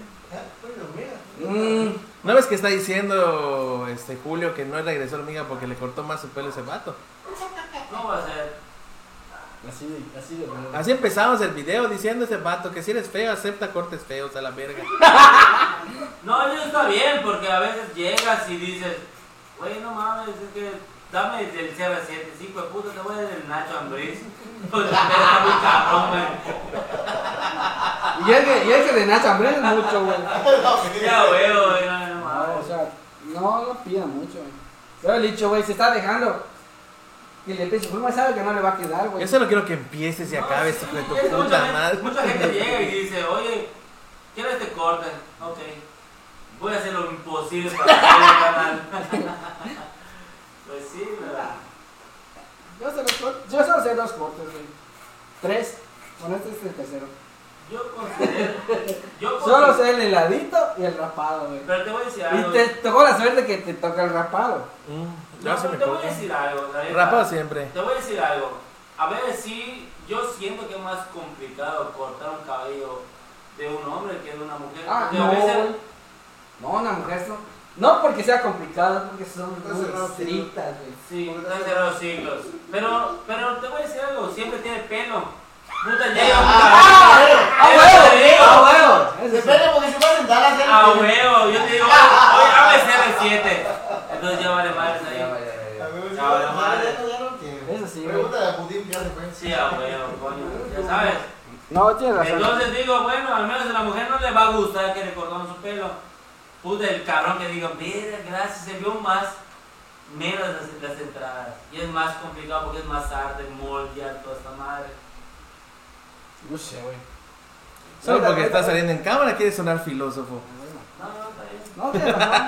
S2: Mm,
S3: ¿No ves que está diciendo este Julio que no regresó la hormiga porque le cortó más su pelo ese vato?
S7: ¿Cómo va a ser?
S2: así de, así de bueno.
S3: Así empezamos el video diciendo ese vato que si eres feo, acepta cortes feos a la verga.
S7: No, eso está bien, porque a veces llegas y dices, güey, no mames, es que dame desde el CR7, sí, pues puto, te voy desde el Nacho Ambriz. Pues está muy cabrón, güey.
S2: Y el que, y el que de Nacho Hambre es mucho, güey.
S7: Ya veo, güey, no, no
S2: No, o
S7: mames.
S2: sea, no, no pida mucho, güey. Pero el dicho, güey, se está dejando. Y le pienso, güey, sabe que no le va a quedar, güey.
S3: Yo solo quiero que empieces y acabes, hijo de
S7: Sí, es
S3: tu
S7: mucha
S3: puta
S7: gente-
S3: madre.
S7: Mucha gente llega y dice, oye, quiero este corte, ok. Voy a hacer lo imposible para hacer el canal. Pues sí, ¿verdad?
S2: Yo solo, cort- yo solo sé dos cortes, güey. Tres. Con este es el tercero.
S7: Yo considero. Yo
S2: Solo
S7: considero
S2: sé el heladito y el rapado, güey.
S7: pero te voy a decir algo.
S2: Y te tocó la suerte que te toca el rapado.
S3: Mm,
S7: No,
S3: ya se me
S7: pero te voy a
S3: cortó.
S7: decir algo, la neta.
S3: Rapado siempre.
S7: Te voy a decir algo. A ver, sí, yo siento que es más complicado cortar un cabello de un hombre que de una mujer.
S2: Ah,
S7: Porque Eh, a
S2: no,
S7: veces-
S2: güey. No, una mujer eso. No porque sea complicado, es porque son
S4: Está
S2: muy
S4: cerrado, sí.
S2: estrictas, güey.
S7: Sí, están cerrados ciclos. Pero, pero te voy a decir algo, siempre tiene pelo. Puta, llega un
S2: ¡Ah,
S7: Eso te
S2: huevo!
S7: digo.
S2: ¡Ah, huevo! Eso sí.
S4: Depende porque si vas a sentar a hacer
S7: A huevo, yo te digo, hoy dame 7 Entonces ya vale madre
S1: Ya,
S7: ahí.
S1: vaya, vaya.
S4: A huevo, si
S7: Ya,
S4: vas a
S7: la
S4: sentar,
S7: madre.
S4: ya no- ya no tiene.
S2: Eso sí, güey.
S4: Pregúntale a Putin pues. que ya se fue.
S7: Sí, a huevo, coño, ya sabes.
S2: No, tienes razón.
S7: Entonces digo, bueno, al menos a la mujer no le va a gustar que le cortamos su pelo. puta el cabrón que diga, mira, gracias, se vio más menos las, las entradas. Y es más complicado porque es más arte, moldear toda esta madre.
S8: No sé, güey.
S3: Solo
S8: Oiga,
S3: porque
S8: oiga,
S3: está
S8: oiga.
S3: saliendo en cámara quiere sonar filósofo.
S7: No, no, está bien.
S8: No, tienes razón.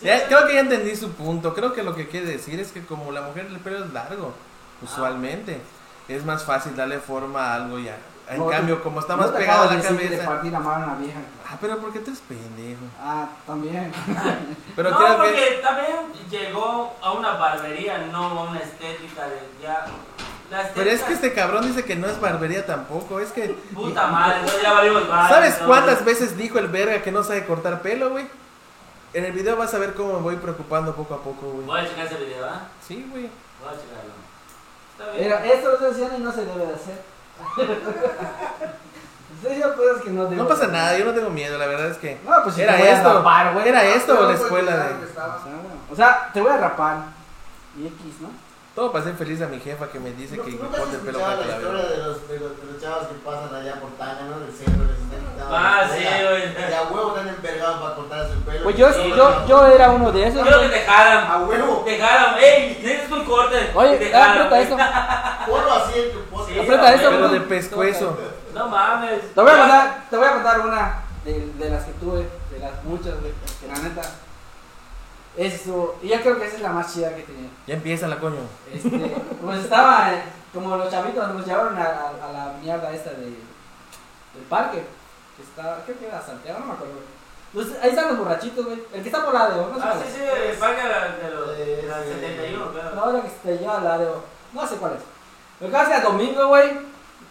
S7: Sí,
S3: Ya,
S7: sí.
S3: creo que ya entendí su punto. Creo que lo que quiere decir es que como la mujer el pelo es largo,
S2: Ah.
S3: usualmente, es más fácil darle forma a algo ya. En
S2: No,
S3: cambio, como está
S2: No
S3: más
S2: te
S3: pegado a
S2: acabo
S3: la
S2: de decir que Le
S3: cabeza.
S2: partí la mano a la vieja.
S3: Ah, pero ¿por qué tú eres pendejo?
S2: Ah, también.
S3: Pero
S7: no,
S3: creo
S7: porque
S3: que...
S7: también llegó a una barbería, no a una estética de ya. La estética
S3: Pero es que este cabrón dice que no es barbería tampoco, es que...
S7: Puta madre, no, ya valimos madre.
S3: ¿Sabes
S7: entonces.
S3: cuántas veces dijo el verga que no sabe cortar pelo, güey? En el video vas a ver cómo me voy preocupando poco a poco, güey.
S7: Voy a checar ese video, ¿ah?
S3: Sí, güey.
S7: Voy a checarlo. Está bien.
S2: Mira, esto lo estoy diciendo y no se debe de hacer. Estoy diciendo cosas que no debe
S3: No pasa nada, yo no tengo miedo, la verdad es que...
S2: No, pues si
S3: Era
S2: te voy a
S3: esto.
S2: rapar, güey.
S3: Era e- esto
S2: pues,
S3: o la escuela de...
S2: O sea, O sea, te voy a rapar. Y X, ¿no?
S3: Todo para ser feliz a mi jefa que me dice
S2: pues,
S3: que me
S4: ¿Nunca has
S3: corte el pelo
S4: escuchado
S3: para
S4: la
S3: que la verga.
S4: historia de los, de los, de los chavos que pasan allá por Tanga, ¿no? Del centro, les están quitando
S7: Ah,
S4: la
S7: sí,
S4: pela.
S7: güey.
S4: Y a huevo están envergados para cortar su pelo.
S2: Pues yo,
S4: Y
S2: yo, yo era uno de esos.
S7: Quiero que te jalan.
S4: A huevo,
S7: Te jalan. ¡Ey! Necesitas un corte. te
S2: Oye, ah,
S7: jalan.
S2: aprieta eso.
S4: ponlo así en tu poste.
S7: Sí,
S2: Aprieta eso.
S3: Pero de
S2: güey.
S3: pescuezo.
S7: No mames.
S2: Te voy a contar, te voy a contar una de, de las que tuve, de las muchas, güey, que la neta. Eso, y yo creo que esa es la más chida que tenía.
S3: Ya empieza la coño.
S2: Este, pues estaba, eh, como los chavitos nos llevaron a, a- a la mierda esta de, del parque, que estaba, creo que era Santiago, no me acuerdo. Entonces, ahí están los borrachitos, güey. El que está por la de, no sé
S7: Ah,
S2: cuál
S7: sí,
S2: es.
S7: sí, el parque de la- de los
S4: Eh,
S7: de la
S4: sí.
S7: 71, claro.
S2: No, la que se lleva la de, no sé cuál es. Lo que pasa es que a domingo, güey,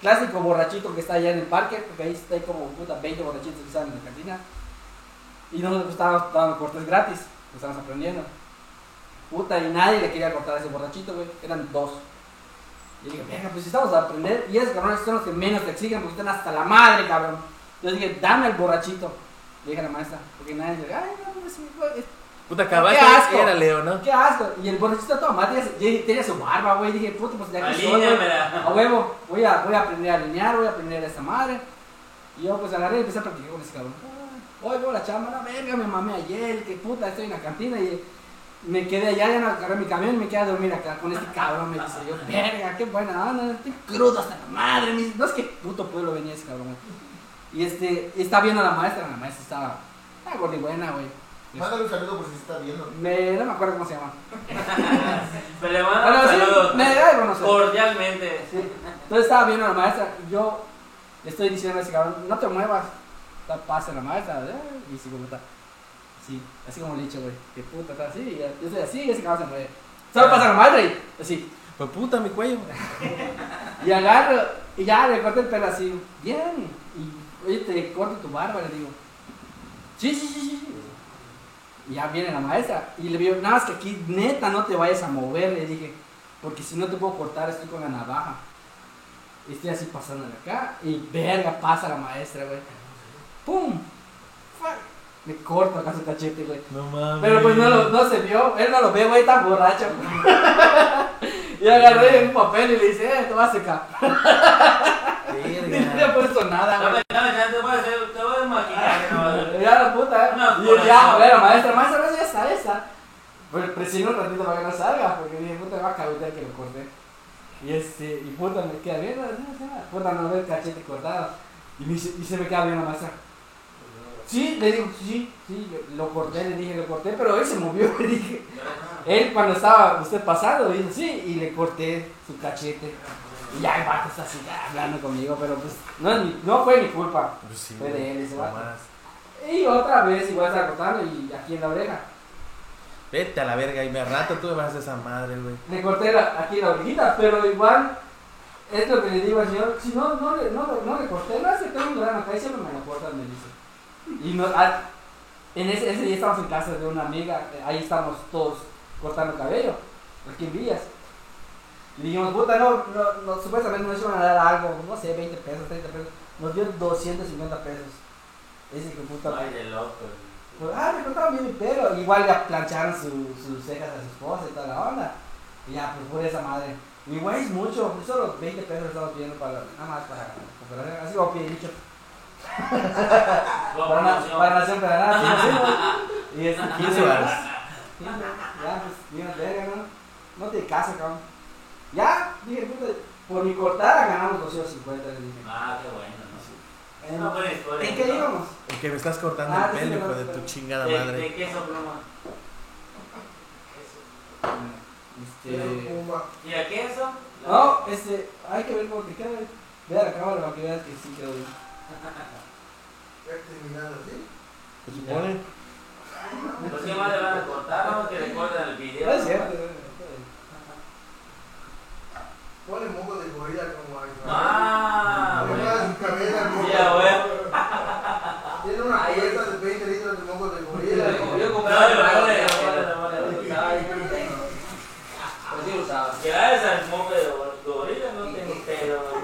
S2: clásico borrachito que está allá en el parque, porque ahí está ahí como puta 20 borrachitos que están en la cantina. Y nosotros pues, estábamos dando cortes gratis, que estábamos aprendiendo. Puta, y nadie le quería cortar a ese borrachito, güey, eran dos. Y dije, venga, pues si estamos a aprender, y esos cabrones son los que menos te exigen porque están hasta la madre, cabrón. Entonces dije, dame el borrachito. Le dije a la maestra, porque nadie le ay, no, pues, sí, güey,
S3: Puta
S2: ¡Qué asco!
S3: cabaca era Leo, ¿no?
S2: Qué asco. Y el borrachito todo mal, tenía, su- tenía su barba, güey. Dije, puto, pues de aquí soy, güey.
S7: Alíñamela.
S2: A huevo, voy a, voy a aprender a alinear, voy a aprender a esta madre. Y yo pues agarré y empecé a practicar con ese cabrón. Ay, Hoy voy a la chamba, no, verga, me mamé ayer, que puta, estoy en la cantina y me quedé allá, ya no agarré mi camión y me quedé a dormir acá con este cabrón. Me dice yo, verga, qué buena onda, estoy crudo hasta la madre. mis- No es que puto pueblo venía ese cabrón. Y este, y está viendo a la maestra, la maestra estaba, ah, gordibuena, güey.
S4: Mándale un saludo por si se está viendo.
S2: Me, no me acuerdo cómo se llama.
S7: Me le mando
S2: Bueno,
S7: un
S2: sí,
S7: saludo.
S2: me da de conocer.
S7: Cordialmente.
S2: Sí. Entonces estaba viendo a la maestra y yo le estoy diciendo a ese cabrón, no te muevas. Está pasa la maestra, ¿eh? y así como está. Así, así como le he dicho, güey. Que puta, está así. y ya- Yo estoy así y ese cabrón se mueve. Solo pasa la maestra y así.
S3: Pues puta mi cuello.
S2: Y agarro y ya le corto el pelo así. Bien. Y oye, te corto tu barba, le digo. Sí, sí, sí, sí. sí. Y ya viene la maestra. Y le digo, nada más que aquí neta no te vayas a mover, le dije. Porque si no te puedo cortar, estoy con la navaja. Y estoy así pasándole acá. Y verga, pasa la maestra, güey. ¡Pum! ¡Fuck! Me corto acá su cachete, güey.
S3: No mames.
S2: Pero pues no, lo- no se vio, él no lo ve, güey, tan borracho. y agarré un papel y le dice, eh, te vas a secar. Y no le he puesto nada,
S7: Dame,
S2: güey.
S7: dame chance, te voy a hacer, te voy a maquillar. no,
S2: Ya la puta, eh.
S7: No,
S2: Y ya,
S7: no.
S2: güey, la maestra, maestra, maestra, ya está, ya está. Pues presiono un ratito para que no salga, porque dije, puta, va a caber que lo corté. Y este, y puta, me queda bien, ¿no? puta, no ve el cachete cortado. Y, me dice- y se me queda bien la maestra. Sí, le digo, sí, sí, lo corté, le dije, lo corté, pero él se movió, le dije. Él cuando estaba usted pasando, dijo sí, y le corté su cachete. Y ya el vato está así ya, hablando conmigo, pero pues no, es mi- no fue mi culpa.
S3: Pues sí,
S2: Fue de él ese vato.
S3: nomás.
S2: Y otra vez igual está cortando y aquí en la oreja.
S3: Vete a la verga y me rato tú me vas a esa madre, güey.
S2: Le corté la- aquí la orejita, pero igual es lo que le digo al señor, si no, no le, no, le- no le corté, no hace tengo un grano acá y siempre me lo cortan, me dice. Y no, ah, en ese, ese día estábamos en casa de una amiga, eh, ahí estábamos todos cortando cabello, aquí en Villas. Y dijimos, puta, no, no, no, supuestamente nos iban a dar algo, no sé, 20 pesos, 30 pesos. Nos dio 250 pesos. Ese que puta.
S7: Ay, de loco.
S2: Pues, ah, me cortaron bien mi pelo. Igual ya plancharon su- sus cejas a su esposa y toda la onda. Y ya, pues por esa madre. Mi güey es mucho, solo 20 pesos estamos pidiendo para, nada más para comprar. Así como que he dicho. Para, na- para nación Canadá, sí, sí, güey. Y es
S3: ¿Quién se va?
S2: Sí, güey. Ya, pues, mira, verga, ¿no? No te casas, cabrón. Ya, dije, puta, por mi cortada ganamos 250, le dije.
S7: Ah, qué bueno, ¿no?
S2: Eh,
S7: Es una buena historia.
S2: ¿En qué
S7: ¿no?
S2: íbamos?
S3: Que me estás cortando
S2: Ah,
S3: el
S2: sí,
S3: pelo,
S2: sí,
S3: hijo
S2: no,
S3: de
S2: pero-
S3: tu chingada
S7: De-
S3: madre.
S7: De queso pluma.
S8: Este.
S7: ¿Y a queso?
S2: No, este, hay que ver cómo te queda. güey. Ve a la cámara para que veas que sí quedó bien.
S3: ¿Se supone?
S7: Pues qué más le van a cortar, vamos que le corten el video.
S2: No es cierto, eh, güey, está bien.
S4: Ponle moco de gorila como a
S7: Ah,
S4: Le
S7: bueno.
S4: pones su cabeza al moco.
S7: Ya, güey.
S4: Tiene una cubeta de 20 litros de moco de gorila.
S8: Yo
S7: No,
S8: compré.
S7: le vale, le vale, le vale, le
S1: pues,
S7: vale.
S8: Pero sí lo usaba.
S7: Gracias al moco de gor- gorila no tengo pelo, güey.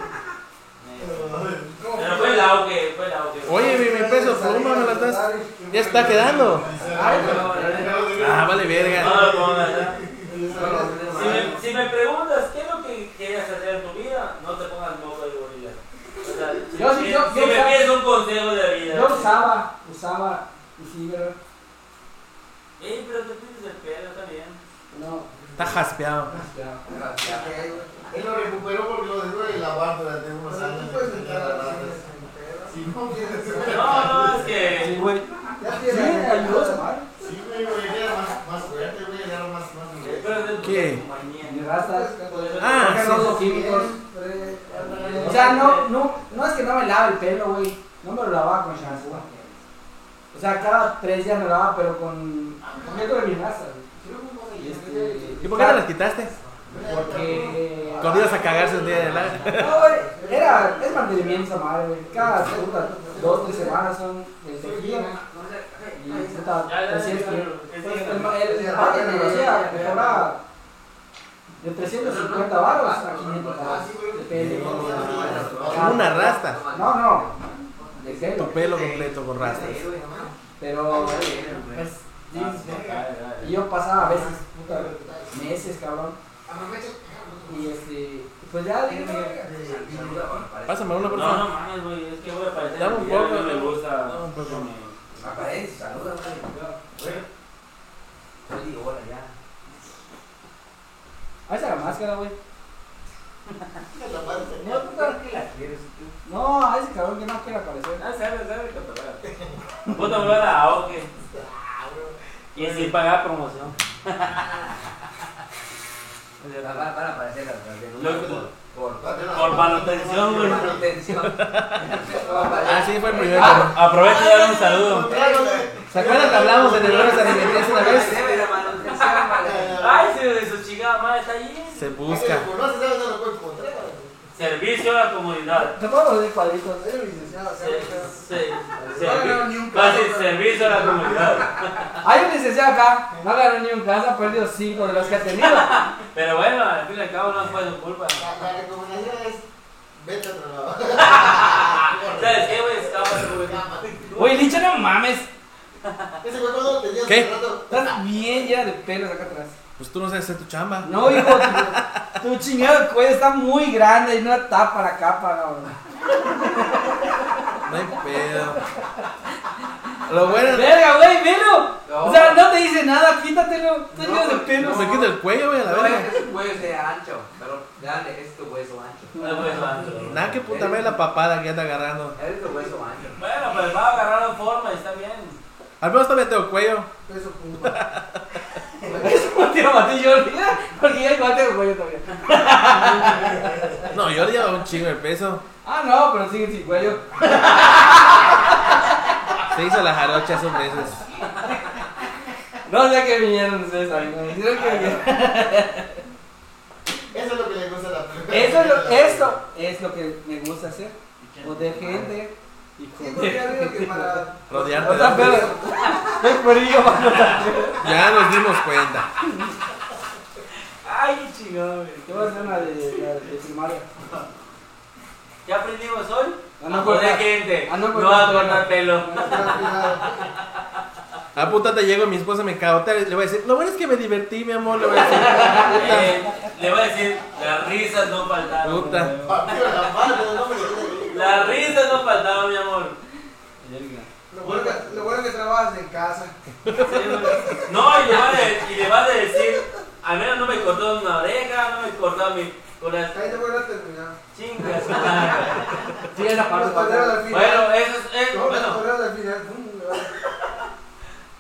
S7: Pero fue el auge, fue el auge.
S3: Oye, mi, mi peso pluma me la estás. Ya está quedando.
S7: Ay, no, no, no.
S3: Ah, vale, verga.
S7: No lo pongas, ¿eh? Si me, si me preguntas qué es lo que querías hacer en tu vida, no te pongas moco de gorila. O sea, si
S2: Yo
S7: me,
S2: sí, yo-
S7: si
S2: yo
S7: me
S2: usaba-
S7: pides un consejo de vida.
S2: Yo usaba, usaba, y sí, pero
S7: Ey, pero tú tienes el pelo también.
S2: no,
S3: Está jaspeado.
S2: ya.
S4: Él lo recuperó porque lo dejó de lavar durante
S3: Pues,
S4: unos años. Si no quieres.
S7: No, no, es
S2: Sí,
S7: que.
S2: güey.
S3: pues,
S4: Ya
S2: Sí,
S4: tiene
S2: ayudó a salvar.
S4: Sí, güey, güey, era más, más fuerte, güey, era más, más directo.
S7: Pero es de tu
S3: ¿Qué?
S2: Mi
S7: compañía.
S2: raza.
S3: Ah,
S2: Porque no
S3: sí.
S2: uso químicos.
S3: pues,
S2: O sea, no, no, no es que no me lave el pelo, güey. No me lo lavaba con shampoo. O sea, cada tres días me lo lavaba, pero con. con algo de mi raza, güey. Y este,
S3: ¿Y por qué no las quitaste?
S2: Porque.
S3: Cuando ibas a cagarse un día de la.
S2: No, güey. Era. Es mantenimiento esa madre, güey. Cada puta, dos, tres semanas son. El tejido. Y puta,
S7: Ya, ya,
S2: así es
S7: ya,
S2: que-
S7: ya,
S2: pues,
S7: ya, ya.
S2: El ma- el- el paquete me decía que cobraba de 350 baros a 500
S4: Ah,
S2: baros. Depende.
S7: Ah,
S3: Como una rasta.
S2: No, no. De pelo.
S3: Tu pelo completo con rastas.
S2: Pero, pues, sí,
S7: Ah,
S2: y yo pasaba a veces, puta, meses, cabrón. Y este, pues ya dije,
S3: Pásame uno,
S7: No,
S3: por
S7: no
S3: favor.
S7: mames, güey, es que voy a parecer.
S3: Dame un
S7: que ya
S3: poco,
S7: no me
S3: güey.
S7: gusta.
S3: Dame un
S2: pues,
S3: poco.
S1: Aparece, saluda, pues, güey. Yo digo, hola, ya.
S2: ahí está la máscara, güey.
S1: No, tú sabes que la quieres. tú.
S2: No, a ese cabrón que no quiere aparecer.
S7: Ah, sabe, sabe, catarra. Puta, voy a la auge. Ah, Y sin pagar promoción.
S1: Van van a aparecer las las
S7: Loco.
S1: denuncias por- por
S7: Por manutención, güey.
S1: manutención.
S3: Ah, sí, fue el primero.
S7: Aprovecho de dar un saludo.
S3: ¿Se acuerdan que hablamos en el Horas Alimenticias una vez?
S1: Debe la manutención, vale.
S4: Ah.
S7: Ay, si de su chingada madre está allí.
S3: Se busca.
S7: Servicio a la comunidad.
S2: Te puedo poner cuadritos.
S7: Se- se- servi- Casi servicio a la comunidad.
S2: Hay un licenciado acá, no ganó ni un caso, ha perdido cinco de los que ha tenido.
S7: Pero bueno, al fin y al cabo no fue su culpa. ¿Sabes qué, güey? Escápate, güey.
S2: Güey, Licha, no mames,
S3: ¿Qué?
S2: estás bien llena de pelos acá atrás.
S3: Pues tú no sabes hacer tu chamba.
S2: No, hijo, tu, tu chingado cuello está muy grande y no tapa la capa, cabrón.
S3: No hay pedo. Lo bueno es
S2: Verga, güey, velo. O sea, no te dice nada, quítatelo. Estás lleno de
S3: que
S2: pelos.
S3: me quito el cuello, güey, a la
S1: No
S3: verga.
S1: es que su hueso sea ancho, pero dale, es tu hueso ancho.
S7: No fue su ancho, güey.
S3: Nada, que puta madre la papada que anda agarrando.
S1: Eres tu hueso ancho.
S7: Bueno, pues va agarraron forma y está bien.
S3: Al menos todavía tengo cuello.
S2: Es un tío Matillo, olvida, porque ya igual tengo cuello todavía.
S3: No, yo le llevo un chingo de peso.
S2: Ah, no, pero sigue sin cuello.
S3: Se hizo la jarocha hace meses.
S2: No sé qué vinieron ustedes a mí. Me dijeron que. Eso es lo, esto es lo que me gusta hacer. Joder gente. Y joder.
S3: Rodearte
S2: Otra
S3: de...
S2: pedo. Es perillo, mano.
S3: Ya nos dimos cuenta.
S7: Ay, chingado, güey.
S2: Yo voy a hacer una de, de, de primaria.
S7: ¿Qué aprendimos hoy?
S2: Ah, no,
S7: A joder
S2: cortar.
S7: gente.
S2: Ah, no,
S7: No
S2: cortar
S7: a cortar pelo.
S3: A puta te llego, mi esposa me cagotea. Le voy a decir, lo bueno es que me divertí, mi amor. Le voy a decir,
S7: Eh, le voy a decir, las risas no faltaron.
S3: puta.
S7: Las risas no faltaron, mi amor.
S2: Verga.
S6: Lo bueno que, lo bueno que trabajas en casa.
S7: No, y le vas a, y le vas a decir, al menos no me cortó una oreja, no me cortó mi corazón.
S6: Ahí te voy a terminar.
S7: Chingas. madre.
S2: Sí, esa parte.
S6: Los correos al final.
S7: Bueno, eso es, es-
S6: No, los
S7: bueno,
S6: correos al final. Mm,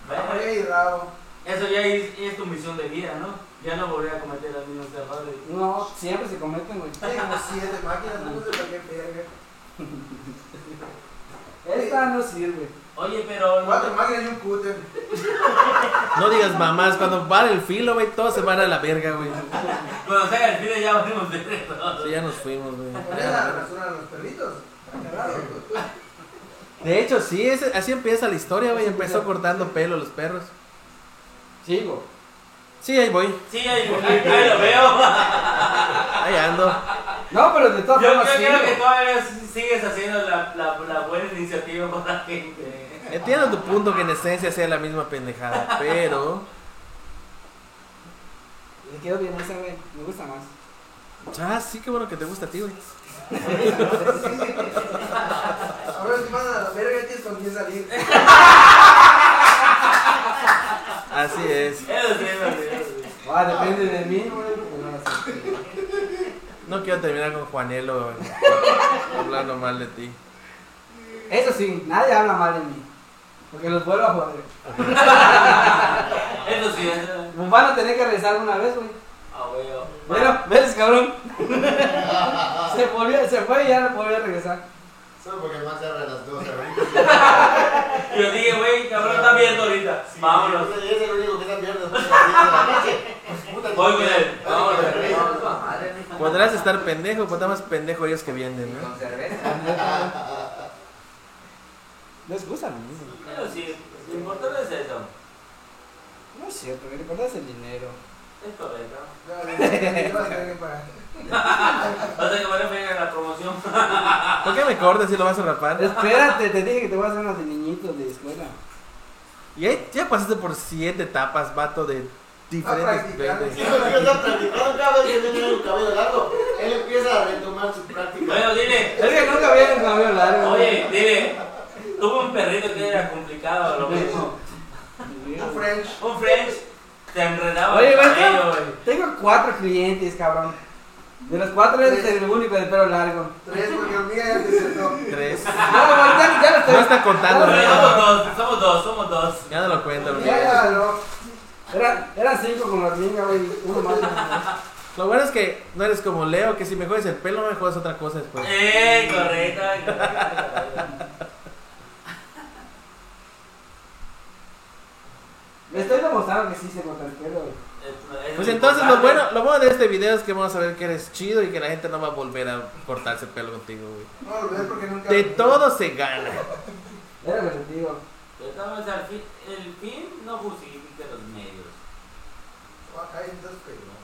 S7: bueno,
S6: Oye, y rabo.
S7: eso ya es, es tu misión de vida, ¿no? Ya no volver a cometer los mismos errores.
S2: No, siempre se cometen, güey.
S6: Tengo siete máquinas, no sé para qué verga.
S2: Esta no sirve.
S7: Oye, pero no
S6: Cuatro máquinas y un cúter.
S3: No digas mamás, cuando para el filo, güey, todos se van a la verga, güey.
S7: cuando salga el video ya volvemos de eso.
S3: Sí, ya nos fuimos, güey.
S6: Poner la basura a los perritos. Está cagado.
S3: De hecho, sí, ese- así empieza la historia, güey. Empezó cortando pelo los perros.
S2: Sigo.
S3: Sí, ahí voy,
S7: Sí, ahí, ahí- ahí lo veo.
S3: ahí ando.
S2: No, pero de todas
S7: Yo,
S2: formas
S7: yo creo que
S2: sigo.
S7: todavía sigues haciendo la, la, la buena iniciativa con la gente.
S3: Entiendo tu punto que en esencia sea la misma pendejada, pero.
S8: Le quedó bien esa, güey. Me gusta más.
S3: Ah, sí, qué bueno que te gusta a ti, güey.
S6: Ahora si mandan a la verga, tienes con quién salir.
S3: Así es.
S7: Eso sí, es verdad, güey.
S2: Ah, depende de mí, güey. pero no sé.
S3: No quiero terminar con Juanelo güey, hablando mal de ti.
S2: Eso sí, nadie habla mal de mí. Porque los vuelvo a joder.
S7: Eso sí, es verdad.
S2: Pues Van a tener que regresar una vez, güey.
S7: Ah, huevo.
S2: Mira, ves, cabrón. se, volvió, se fue y ya no volvió a regresar.
S4: Solo porque más cierra a las 12 ahorita.
S7: Yo dije, güey, cabrón, está viendo ahorita. Vámonos.
S4: Sí, es el único que está viernes. pues, a las 10 de la noche. Pues, puta,
S7: Voy con
S4: no,
S7: él.
S4: no,
S7: Vámonos.
S4: no, no, no, no.
S3: Podrás estar pendejo, pero está más pendejo ellos que venden, ¿no?
S6: ¿Eh?
S1: Con cerveza.
S8: Les gusta, ¿no?
S7: Pero sí, lo importante es eso.
S8: No es cierto, güey. Lo importante es el dinero.
S7: Es correcto.
S6: No, no, no, vas a tener que pagar.
S7: Vas a acabar en la promoción.
S3: ¿Por qué me cortas si lo vas a rapar?
S8: Espérate, te dije que te voy a hacer unas de niñitos de escuela.
S3: Y ahí ya pasaste por siete etapas, vato, de
S6: Ah,
S3: diferentes
S6: practicando.
S4: Sí,
S3: pendejos.
S4: lo que está practicando cada vez que tiene el cabello largo, él empieza a retomar su práctica.
S7: Bueno, dile,
S2: Es que nunca había un cabello largo. güey.
S7: oye, dile, tuvo un perrito que era complicado, lo mismo.
S6: Un French.
S7: Un French se enredaba
S2: Oye,
S7: el
S2: güey,
S7: cabello,
S2: ¿no?
S7: güey.
S2: Tengo cuatro clientes, cabrón. De los cuatro eres el único de pelo largo.
S6: Tres, porque hormiga ya te sentó.
S3: Tres.
S2: No, güey, ya, ya lo estoy.
S3: No está contando,
S7: Pero
S3: güey.
S7: somos dos, somos dos, somos dos.
S3: Ya no lo cuento, güey.
S6: Ya, ya, no.
S2: Eran, eran cinco con la hormiga, güey. Uno más. güey.
S3: Lo bueno es que no eres como Leo, que si me jodes el pelo, me jodes otra cosa después.
S7: Eh, correcto. correcto.
S2: Me estoy demostrando que sí se corta el pelo, güey.
S7: Es- es
S3: Pues entonces lo
S7: importante.
S3: bueno, lo bueno de este video es que vamos a ver que eres chido y que la gente no va a volver a cortarse el pelo contigo, güey.
S6: No, lo ves porque nunca.
S3: De todo se gana.
S2: Era lo que te digo.
S7: Pero estamos al fin, el fin no justifica los medios.
S6: Acá hay dos pelos.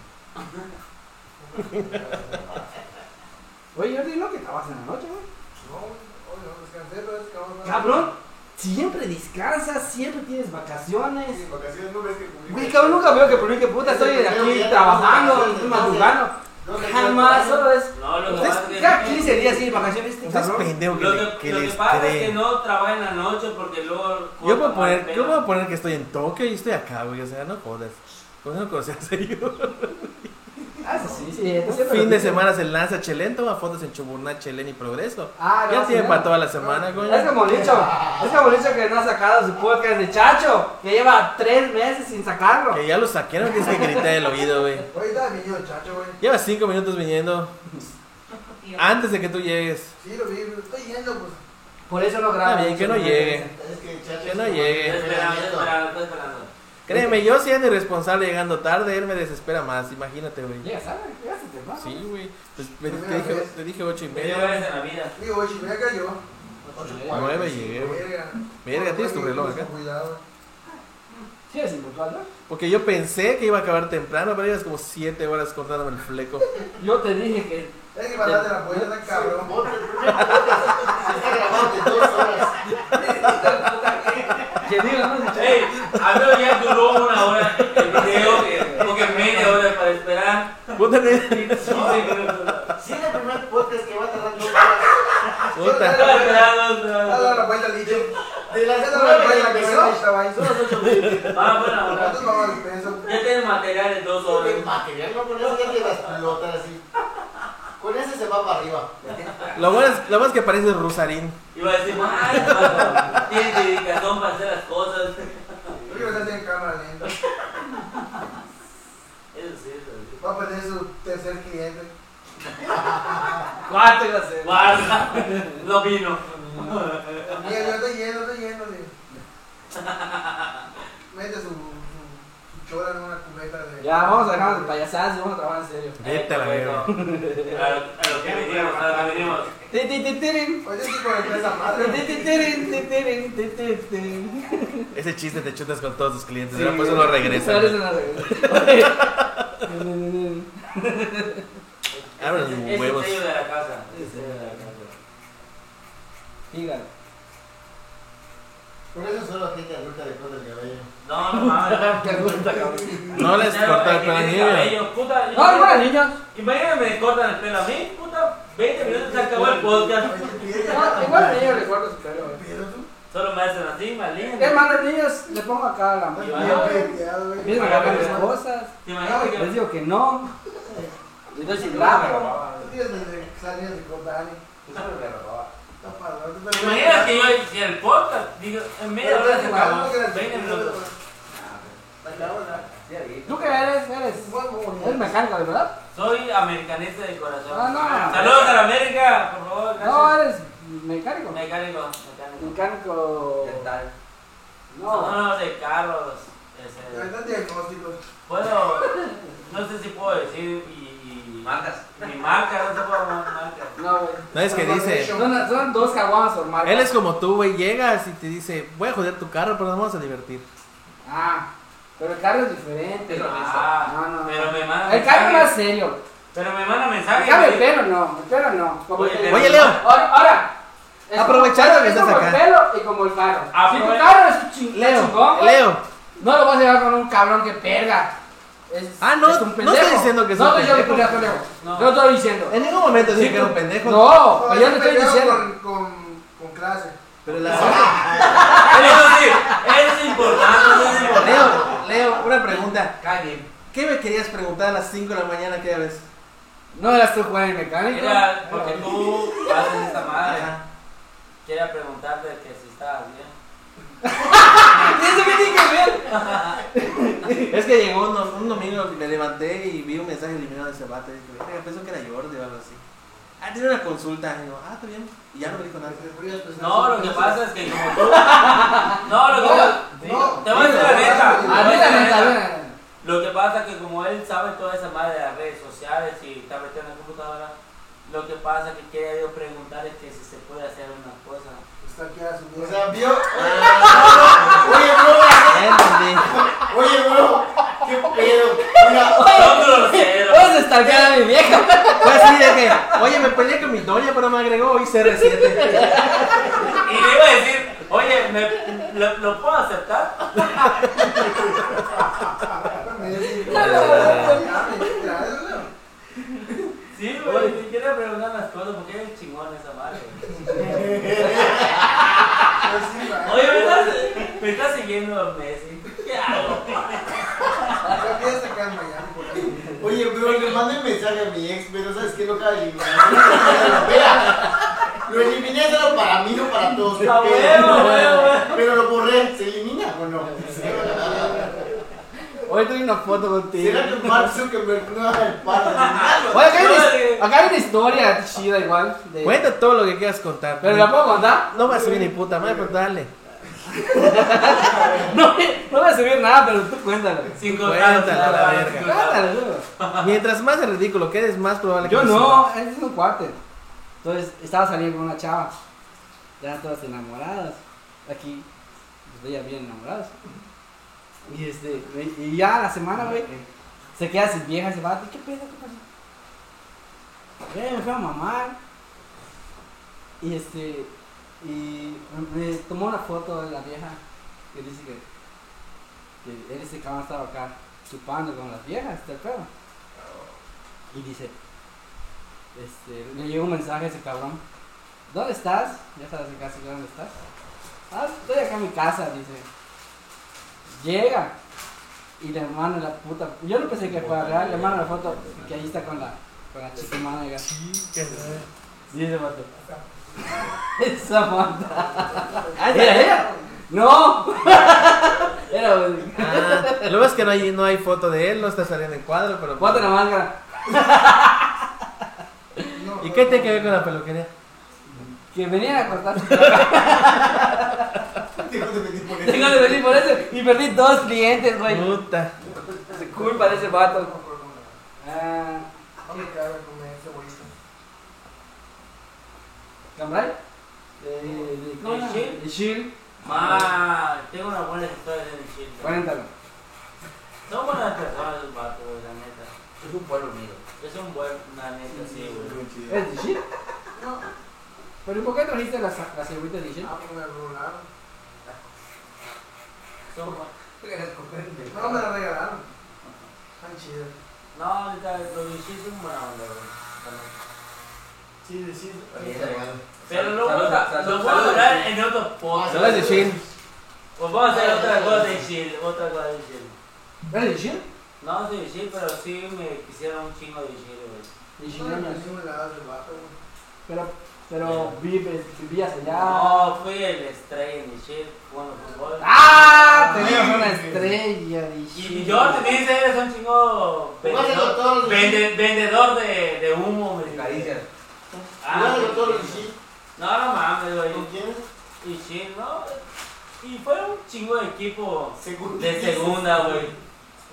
S2: Oye, Jordi, no que trabajas en la noche, güey.
S6: No, hoy no, descansé, pero es que vamos a-
S2: Cabrón, siempre descansas, siempre tienes vacaciones.
S4: Sí, vacaciones, no ves que publica.
S2: Güey, cabrón, nunca veo que publique puta, estoy aquí trabajando, estoy madrugando.
S4: No sé qué-
S2: Jamás, solo es.
S7: No, lo que
S2: Ustedes
S7: pasa es que-
S2: cada 15 días sin vacaciones, este
S3: Usted es
S2: cabrón.
S3: pendejo que,
S7: Lo
S3: le-
S7: que,
S3: que
S7: lo que
S3: les
S7: pasa es
S3: cree.
S7: que no trabaja en la noche porque luego.
S3: Yo
S7: corta
S3: puedo
S7: mal
S3: poner,
S7: pelo.
S3: yo puedo poner que estoy en Tokio y estoy acá, güey. O sea, no jodas. ¿Cómo no conocías a yo?
S2: Ah, eso sí, sí, esto siempre
S3: Fin
S2: lo
S3: de
S2: digo.
S3: semana se lanza Chelén, toma fotos en Chuburná, Chelén y Progreso.
S2: Ah,
S3: Ya
S2: no,
S3: tiene
S2: sí,
S3: para
S2: no.
S3: toda la semana, güey.
S2: Es como Licho, es como Licho que no ha sacado su podcast de Chacho, que lleva tres meses sin sacarlo.
S3: Que ya lo saqué, no tienes que gritar el oído, güey.
S6: Hoy está mi niño chacho, güey.
S3: Lleva cinco minutos viniendo. Antes de que tú llegues.
S6: Sí, lo vi, pero estoy yendo, pues.
S2: Por eso no graba.
S3: Está bien, que no llegue.
S4: Es que Chacho
S3: Que no
S4: es como-
S3: llegue.
S7: Estoy esperando, estoy
S4: Esperamiento.
S7: esperando, estoy esperando.
S3: Créeme, yo siendo irresponsable llegando tarde, él me desespera más, imagínate, güey.
S2: Llega, este ¿sabes? Llegaste temprano.
S3: Sí, güey. Pues, me- te, dije, te dije ocho y
S7: Me dio
S3: media.
S7: veces en la vida.
S6: Digo, oye, me cayó.
S3: Nueve llegué, güey.
S6: Verga.
S3: Verga, tienes tu reloj acá.
S6: Cuidado.
S2: Sí, eres impuntual, ¿no?
S3: Porque yo pensé que iba a acabar temprano, pero ibas como siete horas cortándome el fleco.
S2: Yo te dije que
S6: Es que para de la puerta, cabrón.
S4: Monte, el primer podcast está grabado de dos horas.
S2: que digas, no, si
S7: Ey, a mí ya duró una hora el video, porque media hora para esperar.
S3: Puta, ne-
S7: 15 minutos.
S4: Sí, es el primer podcast que va a tardar dos horas.
S6: Solo
S3: puta.
S6: dale la
S7: Para
S6: vuelta-
S7: esperar dos
S6: dale
S7: horas.
S6: la vuelta al De la casa
S7: Nueve,
S6: de la que
S7: empezó.
S6: yo estaba ahí. Solo ocho minutos.
S7: Para buena hora.
S6: ¿Cuántos mamás pesos?
S7: Ya tienes material en dos horas.
S4: Para que vean, no, con eso ya te las pelotas así. Con ese se va para arriba.
S3: Lo bueno es, lo bueno es que parece Rosarín.
S7: Y va a decir, ay, mano, tienes dedicación para hacer las cosas.
S6: Creo que me estás en cámara lenta.
S7: Eso es cierto.
S6: Va a perder su tercer cliente.
S2: Cuatro iba a ser.
S7: Guarda, lo vino.
S6: Mira, yo estoy lleno, estoy lleno. de- Mete su, su, su chora en una cubeta de.
S2: Ya, vamos a dejar de payasadas y vamos a trabajar en serio.
S3: Vete a la
S7: Bueno,
S3: verga.
S7: A lo, a lo que venimos, a lo que venimos.
S2: Ti, ti, ti, tirin.
S6: Oye, sí, Pues con el esa madre.
S2: Ti, ti, tirin, ti, tirin, ti, ti, tirin.
S3: Ese chiste te chutas con todos tus clientes. Ahora pues uno regresa.
S2: Ahora es
S3: güey.
S2: una regla.
S3: Abre los
S7: Es el
S3: huevos.
S7: sello de la casa. Es el sello de la casa.
S2: Dígalo.
S4: Por eso solo gente adulta le corta el cabello.
S7: No, no mames.
S2: Qué adulta, cabrón.
S3: No les
S7: Claro,
S3: corta el
S7: que
S3: pelo al
S7: tiene
S3: niño.
S7: cabello, puta, yo-
S2: No, no, para niños.
S7: Imagínate me cortan el pelo a mí, puta, 20 minutos se acabó el podcast.
S2: No, igual a niños les corto su pelo.
S7: Solo me hacen así, me alinean.
S2: Es más, a los niños le pongo acá la mano. Empiezan a agarrar las cosas.
S7: ¿Te imaginas que-
S2: Les digo que no. Y entonces sin lapo.
S7: ¿Te imaginas que yo hiciera el podcast? Digo, en media hora se acabó, 20 minutos.
S2: ¿Tú qué eres? Eres. Eres mecánico, de verdad.
S7: Soy americanista de corazón.
S2: Ah, no.
S7: Saludos a la América, por favor. Gracias.
S2: No, eres mecánico.
S7: Mecánico, mecánico.
S2: Mecánico.
S7: No,
S2: No.
S7: no, de carros. ese. Bueno, no sé si puedo decir y, y
S1: Marcas.
S7: mi marca, no sé puedo llamar marca.
S2: No, güey.
S3: No es que dice.
S2: Son, son dos caguamas normales.
S3: Él es como tú, güey. Llegas y te dice, voy a joder tu carro, pero nos vamos a divertir.
S2: Ah, pero el carro es diferente.
S1: Pero
S7: Ah,
S2: No, no, no.
S7: Pero me manda
S2: El carro es más
S7: mensajes.
S2: serio.
S7: Pero me manda
S2: El
S7: mensajes.
S2: carro, el
S7: güey.
S2: pelo no. El pelo no. Como
S7: Oye,
S2: el-
S7: pero-
S3: Oye, Leo,
S2: Ahora, ahora. es
S3: Aprovechando
S2: como-
S3: que
S2: es
S3: estás
S2: como el
S3: acá.
S2: pelo y como el carro. Si tu
S7: Aprove-
S2: carro es chingón,
S3: Leo,
S2: chingón,
S3: Leo.
S2: no lo vas a llevar con un cabrón que perga. Es,
S3: Ah, no,
S2: es un
S3: no
S2: pendejo.
S3: estoy diciendo que es
S2: no,
S3: un
S2: estoy yo que
S3: pendejo.
S2: pelea con Leo.
S7: No.
S2: No estoy diciendo.
S3: En ningún momento
S2: Sí,
S3: dije que era un
S2: tú-
S3: pendejo.
S2: No, pero yo te estoy diciendo.
S6: Con, con, con clase.
S3: Pero la...
S7: Eso sí, eso es importante, eso es importante.
S3: Leo, Leo, una pregunta.
S1: Cague.
S3: ¿Qué me querías preguntar a las 5 de la mañana aquella vez?
S2: No eras tú jugando en mecánico.
S7: Era porque tú haces esta madre.
S3: Ajá.
S7: Quería preguntarte que si estabas bien.
S2: ¿Eso qué Ah, tiene que ver?
S3: Es que llegó un, un domingo, me levanté y vi un mensaje eliminado de ese vato. Y dije, "Verga, pensó que era Jordi o algo así. Ah, tiene una consulta. Y yo, ah, está bien. Y ya no me dijo nada.
S4: Pues
S7: No, lo que pasa es que como tú. No, lo que pasa. sí,
S6: no.
S7: te voy a decir la neta. te voy
S2: A mí
S7: decir la
S2: la neta,
S7: neta.
S2: güey.
S7: Lo que pasa es que como él sabe toda esa madre de las redes sociales y está metiendo en la computadora, lo que pasa es que quería yo preguntarle que si se puede hacer una cosa.
S6: Está aquí a su
S4: O
S6: vida.
S4: sea, vio. Oye, bro.
S3: Ya entendí.
S4: Oye, bro. ¿Qué pedo? Mira.
S7: No, grosero.
S2: Vamos a estalcar a mi vieja.
S3: Fue así de que, oye, me peleé con mi doña, pero me agregó hoy CR7.
S7: Y le iba a decir, oye, ¿me, lo, ¿lo puedo aceptar?
S6: Me dice, ya, me dice, ya, eso,
S7: Sí, güey, si quería preguntar las cosas porque es chingón esa madre.
S6: pues sí, va.
S7: Oye, ¿me estás, me estás siguiendo Messi? ¿Qué hago?
S6: Yo quiero sacar en Miami, por ahí.
S4: Oye, bro, le mandé un mensaje a mi ex, pero ¿sabes qué? Lo acaba de eliminar. Vea, Lo eliminé solo para mí, no para todos.
S7: Ah, bueno, bueno, bueno.
S4: Pero lo borré. ¿Se elimina o no?
S2: Hoy tengo una foto contigo.
S4: ¿Será que Mark Zuckerberg no haga el paro?
S2: Oye, acá hay, una,
S7: Órale.
S2: acá hay una historia chida igual. de-
S3: Cuenta todo lo que quieras contar.
S2: ¿Pero la puedo contar?
S3: No va a subir ni puta madre, pero dale.
S2: No, no voy a subir nada, pero tú cuéntalo.
S7: Sin
S3: Cuéntala,
S7: contar
S3: la
S7: nada,
S3: verga.
S7: sin contar.
S2: Cuéntalo, luego.
S3: Mientras más el ridículo quedes, más probable que
S2: Yo
S3: te
S2: no,
S3: suba.
S2: ese es un cuate. Entonces estaba saliendo con una chava. Ya eran todas enamoradas. Aquí, pues ella bien enamoradas. Y este, güey, y ya la semana, güey, se queda sin vieja, se va, ¿qué pedo? ¿Qué pasó? Güey, me fue a mamar. Y este, y me me tomó una foto de la vieja que dice que, que él este cabrón estaba acá chupando con las viejas, está el pedo. Y dice, este, me llegó un mensaje a ese cabrón. ¿Dónde estás? Ya sabes casi dónde estás. Ah, estoy acá en mi casa, dice. Llega. Y le manda la puta. Yo no pensé que fuera real, le manda la foto que ahí está con la, con la chica humana. Dice, dice vato. Esa manda. ¿Era ella? ¿eh? No. Era güey.
S3: Ah, lo ves que no hay, no hay foto de él, no está saliendo en cuadro, pero.
S2: Ponte la máscara.
S3: ¿Y qué tiene que ver con la peluquería?
S2: Que venían a cortar.
S4: Tengo que meter por
S2: Tengo que venir por eso. Y perdí dos clientes, güey.
S3: Puta.
S2: Se culpa de ese vato. Ah,
S9: Vamos a quedar a comer cebollita.
S2: ¿Cambrai? De, de, ¿cómo era?
S7: Shield?
S2: De Shield.
S7: Ma, tengo una buena historia de mi chiste.
S2: Cuéntalo.
S7: Son buenas personas los vatos, güey, la neta. Es un pueblo unido. Mm. Es un buen, la neta, sí, güey.
S2: ¿Es de Shield? No. ¿Pero ¿y por qué trajiste las, las cebollitas de Shield?
S9: Ah, pues me la regalaron.
S7: Son bu-
S9: No, me la regalaron. Tan chido.
S7: No, neta, los de Chile son buena onda, güey.
S9: Sí, sí.
S7: Pero lo
S1: Salud,
S7: voy a-
S1: salud,
S7: lo voy a
S1: salud.
S7: hablar en otro podcast.
S3: Saludos de Shin.
S7: Pues vamos a hacer otra cosa de Chile, otra cosa de Chile.
S2: ¿Es de Shield?
S7: No soy de Chile, pero sí me quisieron un chingo de Chile, güey.
S2: De
S9: No,
S2: Shield.
S9: no,
S2: no.
S9: no, me la das de vato, güey.
S2: Pero, pero vives, vivías allá.
S7: No, fui el estrella de Chile jugando fútbol.
S2: ¡Ah! Tenías una estrella de Shield.
S7: Y yo te dice, eres un chingo
S4: Jugáselo
S7: vendedor,
S4: todos los días.
S7: vende- vendedor de, de humo, me dice.
S1: Caricias.
S7: Ah,
S4: Jugáselo todos los
S7: sí.
S4: días.
S7: No, no mames, güey.
S4: ¿Con quién?
S7: Y sí, no. Y fue un chingo de equipo
S4: Según-
S7: de segunda, güey.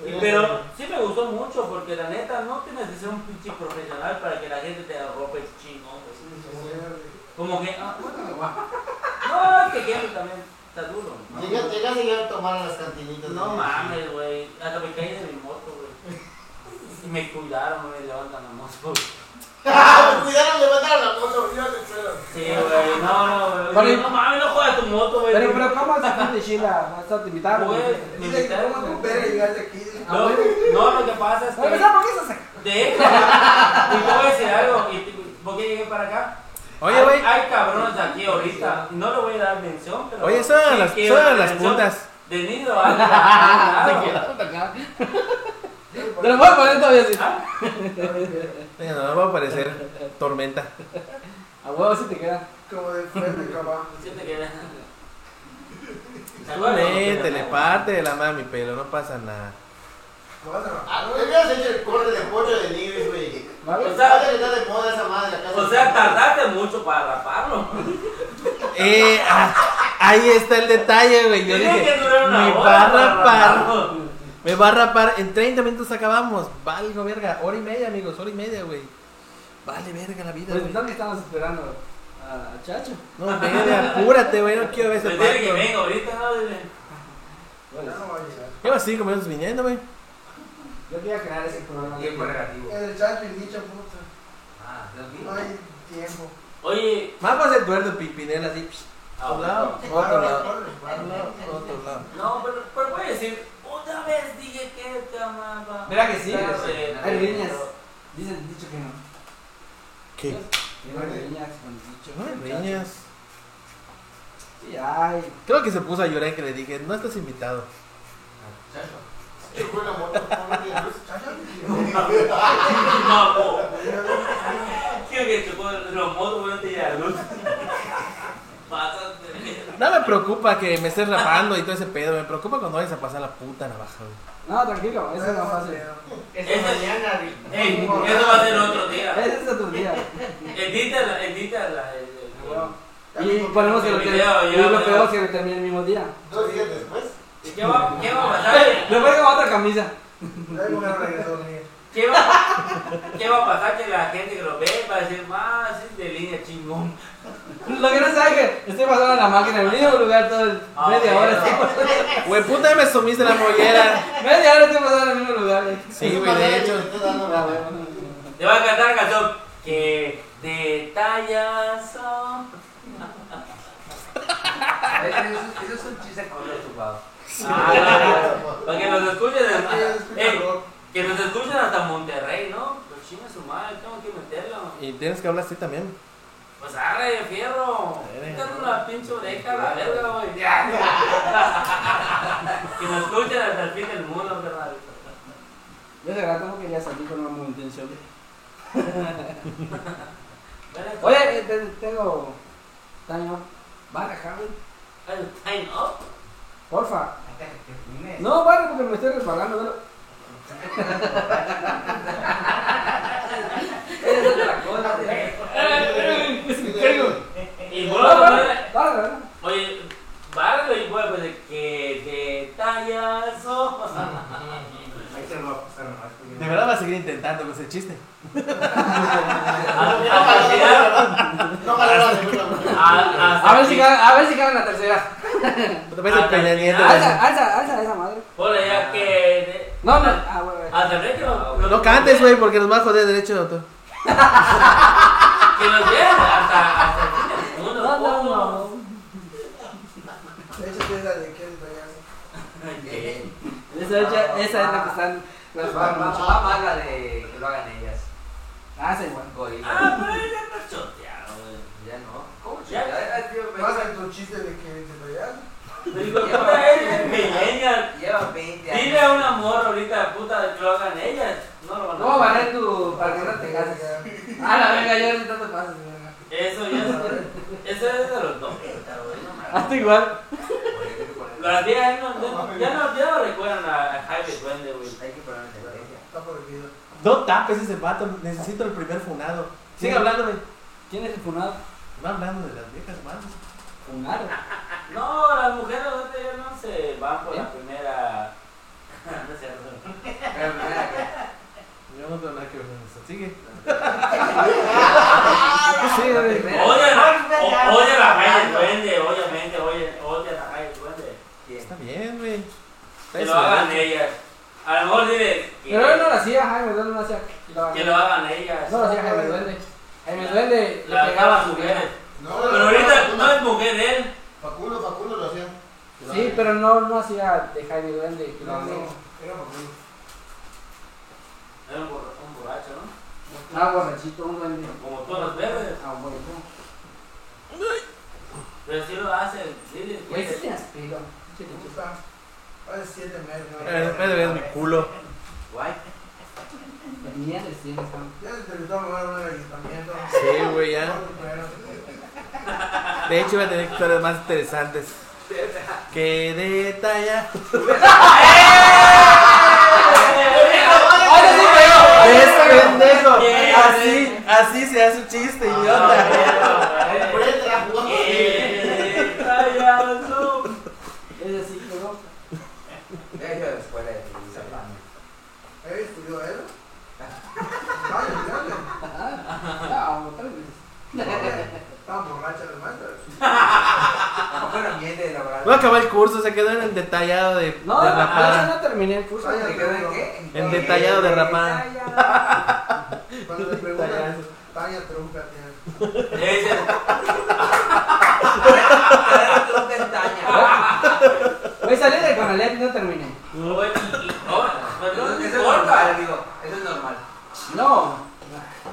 S7: Y
S4: Eh,
S7: Pero sí me gustó mucho porque la neta no tienes que ser un pinche profesional para que la gente te arrope el chingón, güey. Como que, ah, bueno, no, es que quiero también, está duro.
S4: Llega, llegas y ya a tomar a las cantinitas.
S7: No
S4: güey.
S7: mames, güey. Hasta me caí de mi moto, güey. Y me cuidaron, me levantan la moto, güey.
S4: Ah, me cuidaron, levantaron la moto, yo te espero.
S7: Sí, güey, no, no,
S2: Pero-
S7: güey. No mames, no juegas tu moto, güey.
S2: Pero, pero, ¿cómo sacaste de Shield? a- hasta ¿Te invitaron?
S7: Güey,
S1: este,
S7: me
S9: Dice,
S7: invitaron,
S9: ¿cómo tú,
S7: güey.
S9: verga, llegaste aquí? Dice,
S7: No, no, lo que pasa es
S2: Para
S7: que...
S2: empezar, ¿por qué estás acá?
S7: De hecho, y te voy a decir algo, y te- ¿por qué llegué para acá?
S3: Oye,
S7: Hay-
S3: güey.
S7: Hay cabrones aquí ahorita, no le voy a dar mención, pero...
S3: Oye, son
S7: sí
S3: a las,
S7: quiero
S3: son a
S7: dar
S3: las
S7: mención.
S3: puntas.
S7: De Nido a claro.
S2: Te quedaron acá. Te lo voy a poner todavía así.
S7: Ah,
S3: Venga, no, va a aparecer tormenta.
S2: A huevo sí te queda.
S9: Como de frente acá abajo.
S7: sí te queda.
S3: Vete, le parte de la mano mi pelo, no pasa nada.
S9: No vas a
S4: Ah, no, hubieras hecho el corte de pollo de Nigris, güey.
S2: ¿Vale?
S7: O sea-
S4: Ahora le está de moda esa madre acá.
S7: O sea, tardaste mucho para raparlo.
S3: Eh, ah, ahí está el detalle, güey. Yo
S7: Tiene
S3: dije,
S7: que durar una
S3: me
S7: hora
S3: va a
S7: para
S3: rapar.
S2: Pues,
S7: raparlo.
S3: Me va a rapar. En 30 minutos acabamos. Valgo, verga. Hora y media, amigos. Hora y media, güey. Vale, verga la vida,
S2: Pues
S3: güey.
S2: entonces estamos esperando a, a Chacho.
S3: No, verga, apúrate, güey. No quiero ver
S7: Se
S3: ese
S7: tiene Pues que
S3: pato.
S7: venga ahorita, ¿no? Dile.
S2: Pues,
S9: Ya no va a llegar.
S3: Lleva 5 minutos viniendo, güey.
S2: Yo quería crear ese programa.
S1: Tiempo negativo.
S9: El chat me dicha puta.
S1: Ah, ¿lo vi?
S9: No hay tiempo.
S7: Oye,
S3: Más va a ser Eduardo Pimpinel así.
S7: ah,
S3: Otro lado.
S9: Corre, corre,
S3: Otro lado. Otro lado.
S7: no, pero, pero voy a decir, otra vez dije que te amaba.
S1: Mira que sí.
S7: Pero,
S1: güey.
S7: eh,
S2: Hay riñas. Dicen el dicho que no.
S3: ¿Qué?
S2: Que no hay riñas con el dicho.
S3: No hay
S2: con Chacho.
S3: riñas.
S2: Sí, ay.
S3: Creo que se puso a llorar que le dije, no estás invitado.
S4: Chocó la moto, pobre de Dios.
S7: No, no. Quiero que chocó los motos, güey, no te llega la luz. Pásate.
S3: No me preocupa que me estés rapando y todo ese pedo. Me preocupa cuando vayas a pasar la puta navaja, güey.
S2: No, tranquilo, eso no es fácil.
S7: Ese-
S4: Esta mañana, güey.
S7: Ey, eso va a ser otro día.
S2: Ese es de tu día.
S7: Edita la, edita la, el,
S2: Bueno,
S7: el,
S2: Y ponemos que
S7: El
S2: lo termine.
S7: video,
S2: Y
S7: ya,
S2: lo
S7: ya.
S2: peor es que lo termine el mismo día.
S4: Dos días después.
S7: el- ¿Qué va, qué va a
S2: Le
S7: pasar?
S2: voy a llevar otra camisa.
S9: Luego me regresó a dormir.
S7: ¿Qué va, qué va a pasar que la gente que lo ve va a decir, más es de línea chingón?
S2: Lo que no sabe es que estoy pasando en la máquina en el mismo lugar todo el
S7: Ah,
S2: media hora.
S7: bueno.
S2: estoy-
S3: Güey, puta, ya me sumiste la mollera.
S2: Media hora estoy pasando en el mismo lugar.
S3: Sí, güey, de hecho.
S2: Ah, bueno.
S7: Te va a cantar la canción que detallazo.
S1: Eso eso es un chiste con los chupados.
S7: Ah, para que nos escuchen
S9: Ah, ya
S7: hasta,
S9: escucha
S7: ey,
S9: rock.
S7: que nos escuchen hasta Monterrey, ¿no? Pues chinga su madre, tengo que meterlo.
S3: Y tienes que hablar así también.
S7: Pues arre, fierro.
S3: Eh,
S7: quitar una pinche oreja a la verga, güey. Ya. que nos escuchen hasta el fin del mundo, carnal.
S2: Yo de rato no quería salir con una mala intención.
S7: Ven acá.
S2: Oye, eh, te- tengo. Taño, barra, Javi.
S7: El time up.
S2: Porfa. No, barra, porque me estoy resbalando, pero.
S1: Eres otra cosa, güey.
S7: Y
S2: Barra,
S7: bueno, pues,
S2: barra, barra.
S7: oye, bárbaro y bueno, pues de que detallas ojos.
S6: Ahí te lo voy a pasar nomás. porque-
S3: De verdad va a seguir intentando con ese chiste.
S7: Al final,
S4: No para la segunda, güey.
S7: a- hasta
S2: A ver si
S7: aquí.
S2: gana, a ver si gana la tercera.
S3: Otra vez el
S7: Ah,
S3: Peña Nieto,
S7: ah,
S3: güey.
S2: Alza, alza, alza esa madre.
S7: Hola, ya que. de-
S2: Ah. No, no. Ah, güey, güey.
S7: Hasta el que lo- lo-
S3: No cantes, güey, porque nos va a joder derecho de autor.
S7: Que nos vean hasta, hasta el fin del mundo.
S2: No, no, no.
S7: puto.
S6: De hecho, que es la de que es payaso.
S7: Ay,
S2: Esa es, ya- esa es la que están las
S1: Va
S2: barras.
S1: va- va más la de que lo hagan ellas.
S2: Ah, sí, güey.
S1: Gorila.
S7: Ah, pero él ya está choteado, güey.
S1: Ya no. ¿Cómo
S7: Ya.
S1: chingada? Tío, me-
S6: Más en tu chiste de que te payaso.
S7: Digo, puta, él es millennial.
S1: Lleva 20 años.
S7: Dile a una morra ahorita, puta, que lo hagan ellas. No lo van a
S2: ¿Cómo
S7: hacer.
S2: barrer tu para que no te cases? Ah, la verga, ya ahorita te pasas, verga.
S7: Eso ya es. Eso es de los 90, güey. no mames.
S2: Hazte Ah, igual.
S1: Hay que poner-
S7: Las viejas no, no- ya no, ya no recuerdan a, a Jaime Duende, güey.
S1: Hay que poner estrategia.
S6: Está prohibido.
S3: No tapes ese vato, necesito el primer funado. Sigue
S2: Sí.
S3: hablándome.
S2: ¿Quién es el funado?
S3: Va hablando de las viejas, manos.
S2: Funado.
S7: No, las mujeres ahorita ya no se van por la
S2: ¿Eh?
S7: primera. No es cierto.
S1: Pero primera que-
S3: Yo no tengo nada que ver con eso. Sigue.
S2: Sí, güey.
S7: Odian a- o- odian a Jaime Duende, obviamente, oye- odian a Jaime Duende.
S1: ¿Quién?
S3: Está bien, güey. Está
S7: Que
S3: bien,
S7: lo hagan
S3: güey.
S7: ellas. A lo mejor dile que,
S2: Pero él no lo hacía, Jaime Duende no lo hacía.
S7: que lo hagan ellas.
S2: No lo hacía Jaime Duende. Jaime Duende le
S7: La
S2: pegaba a
S7: acaban
S2: su
S7: mujeres.
S2: vieja.
S4: No,
S7: Pero ahorita no es mujer él.
S4: Facundo, Facundo lo hacía.
S2: Sí, pero no, no hacía de Jaime Duende. que lo
S6: No,
S2: hacía.
S6: no. Era Facundo.
S7: Era un, borra- un borracho, ¿no?
S2: Ah, borrachito, un duende.
S7: Como todos los verdes.
S2: Ah, bueno. no.
S7: Pero si lo hacen, dile
S2: Güey, sí
S7: que.
S2: te aspiro. Sí,
S6: Me
S2: te chupo.
S6: gusta. Hace siete meses. ¿no?
S3: Eh, Después de ver mi culo.
S7: Guay.
S2: Venía de cien, está.
S6: Ya se te gustó mamar un agitamiento.
S3: Sí, güey, ya. De hecho, iba a tener historias más interesantes. Que detalla.
S2: ¡Ahora sí, güey! Ah.
S3: ¡Es este pendejo!
S7: Bien,
S3: Así, así se hace un chiste, idiota.
S4: Por
S7: Ah,
S4: ahí te la jugamos.
S7: eh, payaso.
S2: Es así, pero.
S1: Ya iba a la escuela de Zaplana.
S6: ¿Eh? ¿Estudió él? Vale, vale.
S2: Ah, otra vez.
S6: Estaba borracha la maestra.
S1: Ah, fue un ambiente laboral.
S3: No acabó el curso, se quedó en el detallado de,
S2: No,
S3: de
S2: no, no,
S3: rapada.
S2: no terminé el curso.
S6: Vaya,
S1: ¿Te quedó en qué?
S3: En detallado de rapada.
S6: Cuando le preguntan, Tania trunca tiene.
S7: Ese-
S1: Tú pestañas.
S2: Voy a salir de Conalep y no terminé.
S7: Oye, y- y- oh, pues
S1: Eso
S7: no, no
S1: es
S7: importa.
S1: normal, digo. Eso es normal.
S2: No.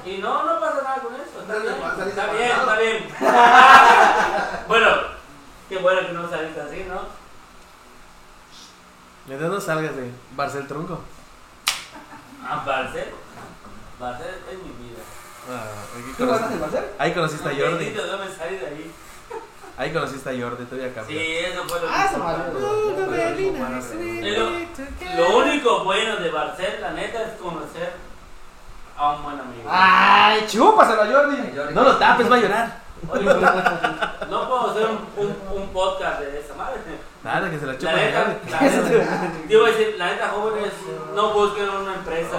S7: Y no, no pasa nada con eso. Está
S6: No le
S7: bien,
S6: pasa, dice,
S7: está bien, está
S6: pasado.
S7: bien. Bueno, qué bueno que no saliste así, ¿no?
S3: Mientras no salgas de Barcel Tronco.
S7: Ah, Barcel. Barcel es mi vida.
S3: Ah, aquí
S2: ¿Tú lo vas a
S3: conocí-
S2: hacer?
S3: ahí conociste a Jordi.
S7: Bendito, no me salí de ahí.
S3: Ahí conociste a Jordi, te voy a cambiar.
S7: Sí, eso fue lo
S2: Ah,
S7: que-
S2: esa madre.
S7: Lo único bueno de Barcel, la neta, es conocer a un buen amigo.
S6: Ah.
S2: Ay, chúpaselo, Jordi.
S1: Yo le-
S3: No lo tapes, va a llorar.
S7: Oye, no puedo hacer un, un- un podcast de esa madre.
S3: Nada, que se la chupa.
S7: La neta,
S3: Jordi.
S7: la neta, yo iba a decir, la neta, jóvenes, no busquen una empresa.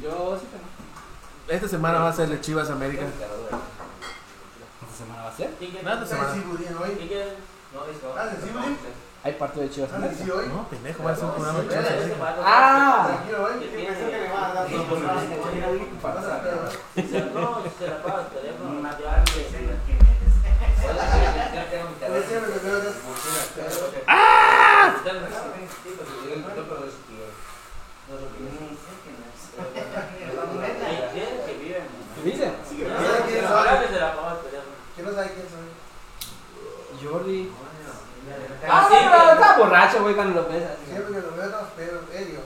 S2: Yo sí que
S3: Esta semana va a ser el Chivas América.
S2: ¿Esta semana va a ser?
S7: ¿Quién
S3: Nada,
S7: quiere?
S3: esta semana.
S6: ¿Hace budín hoy?
S7: ¿Quién quiere?
S1: No, eso.
S6: Ah, sensible.
S2: Hay partido de Chivas
S6: ¿Hace
S2: América.
S6: sí hoy?
S3: No, pendejo, va a ser un programa de Chivas América.
S2: Ah.
S6: Tranquilo hoy.
S7: ¿Qué pues,
S6: ¿Qué
S7: tiene?
S6: pensó que le van a dar?
S7: Sí,
S6: dos
S7: porque-
S6: porrazos?
S2: Para
S6: Pasa,
S2: saber.
S6: pero-
S7: No, se la paga el teléfono, una llave.
S6: Pero siempre que veo esas-
S7: ¿Quién quiere que vive?
S2: ¿Qué dice?
S6: ¿Sabes quién
S7: Se
S6: es
S7: la paga
S6: hoy?
S7: que se la paga el
S2: Jordi.
S7: Ah,
S2: Ah,
S7: sí,
S2: no, pero
S7: pero-
S2: está borracho, güey, cuando lo besas.
S6: Siempre que lo veo, no, pero ellos.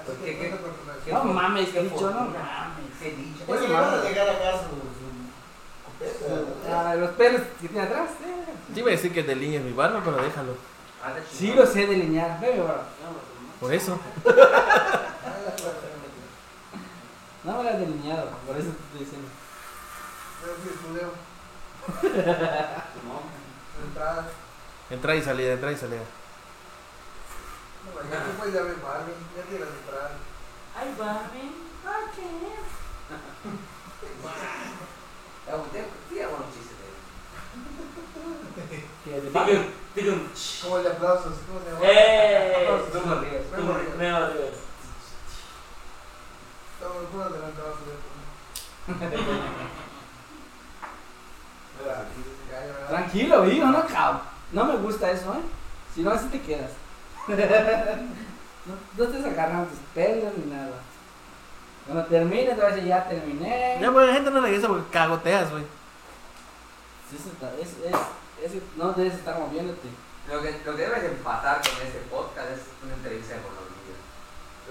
S6: Así que
S1: ¿Qué- qué-
S6: cuento con tu
S1: qué-
S6: relación.
S2: No mames,
S1: qué
S2: dicho, no
S1: fortuna.
S2: mames.
S1: Qué dicho.
S4: Oye, le vas a dejar acá su. su copete, ¿verdad?
S2: Ah, los pelos que tiene atrás, eh.
S3: Te iba a decir que delinees mi barba, pero déjalo.
S2: Sí lo sé delinear. Ve, bro.
S3: Por eso.
S2: No me lo has delineado, por eso te estoy diciendo.
S6: Pero sí, estudio,
S7: No.
S6: entradas.
S3: Entra y salida, entra y salida.
S6: No, güey, ya tú puedes ya ver Barbie, ya tienes entradas.
S7: Ay, Barbie.
S1: Ya, usted- sí, ya, buenos chistes, eh.
S2: Que de
S7: Tigum, tigum.
S6: Como el de aplausos, ¿cómo se llama?
S7: ¡Eh!
S1: Tú me ríes.
S7: Tú me- me odias.
S6: Estamos puros adelantados, güey. Mira, ya, ya, ya.
S2: Tranquilo, hijo, no cabrón. No me gusta eso, ¿eh? Si no, así te quedas. no, no estés agarrando tus pelos ni nada. Cuando termine, te vas a decir, ya terminé.
S3: Ya, pues la gente no regresa porque cagoteas, güey.
S2: Sí, eso está- es- es- es- no debes estar moviéndote.
S1: Lo que, lo que debes empatar con este podcast es una entrevista con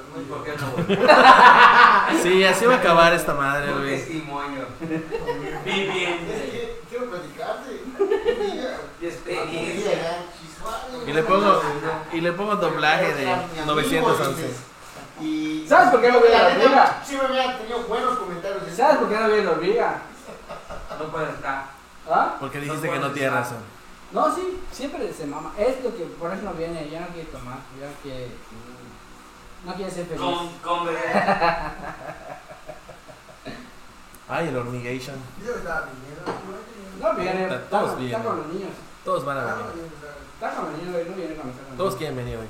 S1: los niños. ¿Y por qué no voy?
S3: Sí, así va a acabar esta madre,
S1: Un
S3: güey.
S1: testimonio.
S4: Es
S7: Viviente.
S4: que quiero platicarte. Mira,
S1: Experiencia.
S3: Y le pongo, y le pongo doblaje de 911.
S4: Y-
S2: ¿Sabes por qué no voy a la
S4: neta,
S2: liga?
S4: Sí me habían tenido buenos comentarios. de-
S2: ¿Sabes por qué no viene la hormiga?
S1: No puedes estar.
S2: ¿Ah?
S3: Porque dijiste que no tiene razón.
S2: No, sí, siempre se mama. Es lo que por eso no viene, ya no quiere tomar, ya no quiere. No quiere ser feliz.
S7: Con, con verdad.
S3: Ay, el hormigation.
S6: Yo les daba mi miedo, güey.
S4: Ah,
S2: No viene,
S3: Está-
S2: está,
S3: todos
S2: con- está
S3: vienen.
S2: con los niños.
S3: Todos van a
S6: Ah,
S3: venir.
S6: yo les daba.
S2: Está con los niños, güey, no viene con nosotros.
S3: Todos quieren venir, güey.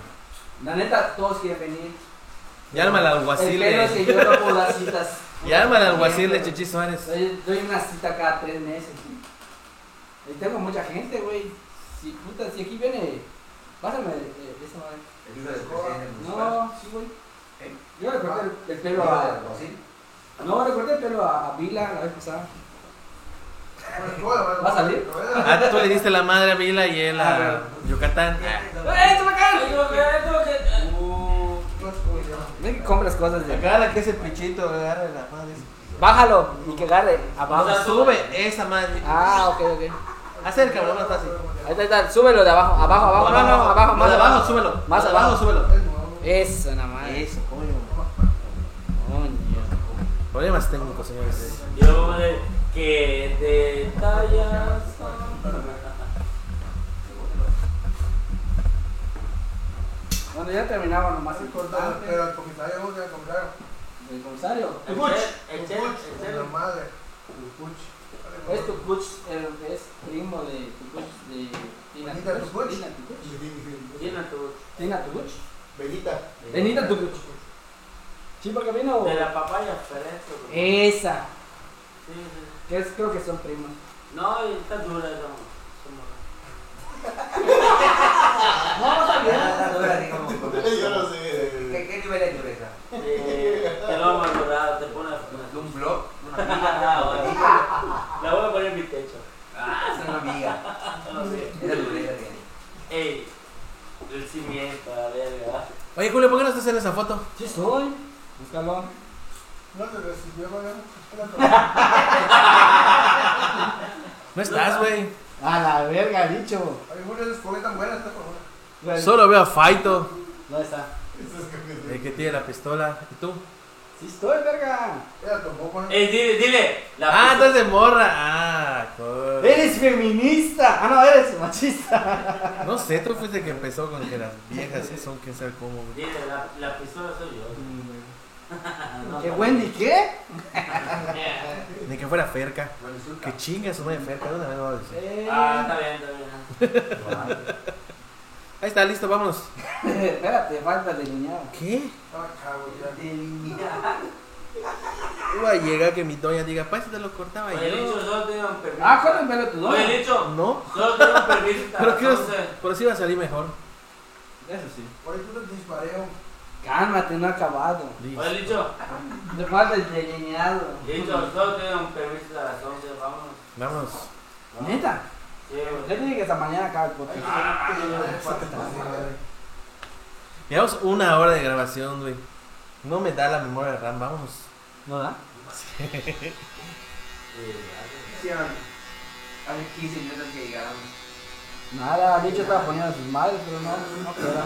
S2: La neta, todos quieren venir.
S3: Ya arma el
S2: El
S3: alguacil.
S2: pedo es que
S3: de-
S2: yo no puedo dar citas.
S3: Ya arma el alguacil de Chichi Suárez.
S2: Doy, doy una cita cada tres meses. Y tengo mucha gente, güey. Si puta, si aquí viene, pásame eh, esa madre.
S1: El hijo del presidente municipal.
S2: No, sí, güey.
S1: ¿Eh?
S2: Yo le corté el- el pelo a.
S1: ¿O sí?
S2: No, le corté el pelo a, a Vila la vez pasada.
S6: Bueno, ¿cómo la
S2: ¿Va a salir?
S6: ¿La verdad?
S3: Ah, tú le diste la madre a Vila y él a Yucatán.
S2: ¡Eh, tú
S7: Tengo que- tengo que-
S6: No sé cómo se llama.
S2: Ven que compras cosas de.
S3: Agarra que ese pichito, agarra la madre.
S2: Bájalo y que agarre
S3: O
S2: abajo.
S3: sea, sube esa madre.
S2: Ah, ok, ok.
S3: Acerca, bro, más fácil.
S2: Ahí está, ahí está. Súbelo de abajo, abajo, abajo. No, no, abajo, más
S3: Más abajo,
S2: abajo.
S3: súbelo.
S2: Más abajo.
S3: súbelo.
S6: Es nuevo.
S2: Eso, nada más.
S3: Eso, coño.
S2: Coño.
S3: Problemas técnicos, señores.
S7: Yo voy a decir que te tallas.
S2: Bueno, ya terminamos nomás el
S4: Ah,
S6: Pero-
S2: cortante.
S6: Pero al comisario vamos a comprar
S2: El comisario.
S7: El
S4: Puch.
S7: chef, el chef, el
S6: con
S7: chef.
S6: la madre.
S2: Es tu puch, el- es primo de tu puch de Tina
S6: Benita
S2: tu
S6: Tupuch.
S2: puch. Tina tu puch.
S7: Llena tu-
S2: Tina tu puch.
S4: Benita.
S2: Benita tu puch. Sí, porque vino.
S7: De la papaya fresco. bro.
S2: Esa.
S7: Sí, sí.
S2: Que es, creo que son primos.
S7: No, y está dura esa mo- esa morra.
S2: No, no está bien.
S1: Ah, tú eres así como-
S4: Yo no sé.
S1: ¿Qué, qué nivel de dureza?
S7: Eh, Te lo vamos a durar, te pone una-
S1: ¿Un blog? ¿Una amiga?
S7: Ah,
S1: ¿Una
S7: bueno.
S1: amiga?
S7: La voy a poner en mi techo.
S1: Ah, es una amiga.
S7: No sé.
S1: Esa dureza tiene.
S7: Ey, el cimiento, la verga.
S3: Oye, Julio, ¿por qué no estás en esa foto?
S2: Sí, soy. Búscalo.
S6: No se recibió, ¿verdad?
S3: No estás, güey.
S8: A la verga, bicho.
S6: Algunas de esas comen tan
S4: este
S6: buenas, está por favor.
S3: Solo veo a Faito,
S8: ¿Dónde está?
S3: el que tiene la pistola. ¿Y tú?
S8: Sí, estoy, verga.
S6: Ella tampoco, ¿no?
S7: Ey, dile, dile. La
S3: Ah,
S7: puta-
S3: entonces de morra. Ah, cool.
S8: Eres feminista. Ah, no, eres machista.
S3: No sé, tú fuiste el que empezó con que las viejas son quién sabe cómo, güey.
S7: Dile, la, la pistola soy yo. Ah, No,
S8: ¿Qué
S7: no. Eh,
S8: Wendy qué?
S7: Yeah.
S3: Ni que fuera Ferca.
S1: Bueno, insulta.
S3: Que chinga su madre Ferca, de una vez lo voy a decir.
S8: Eh,
S7: Ah, está bien, está bien.
S3: Ahí está, listo, vámonos.
S2: Espérate, falta delineado.
S3: ¿Qué?
S6: Estaba cabo, ya.
S3: Iba a llegar que mi doña diga, pa, eso te lo cortaba
S7: Oye, Licho,
S3: yo.
S7: solo te dieron permiso.
S2: Ah, corre el pelo tu doña.
S7: Oye, Licho,
S3: No,
S7: solo te dieron permiso hasta
S3: pero,
S7: las
S3: que ibas-
S7: 11.
S3: pero sí iba a salir mejor.
S2: Eso sí.
S6: Por ahí tú te dispareo.
S2: Cálmate, no ha acabado.
S7: Oye, Licho,
S2: Le falta el delineado.
S7: Licho, solo te dieron permiso hasta las 11, vámonos.
S3: Vamos.
S10: Neta.
S2: Yo te dije que hasta mañana acaba el podcast.
S3: Llevamos una hora de grabación, güey. No me da la memoria de RAM, vamos.
S10: ¿No da?
S1: Hace 15 minutos que llegamos.
S2: Nada, Licho estaba poniendo a sus madres, pero no, no queda.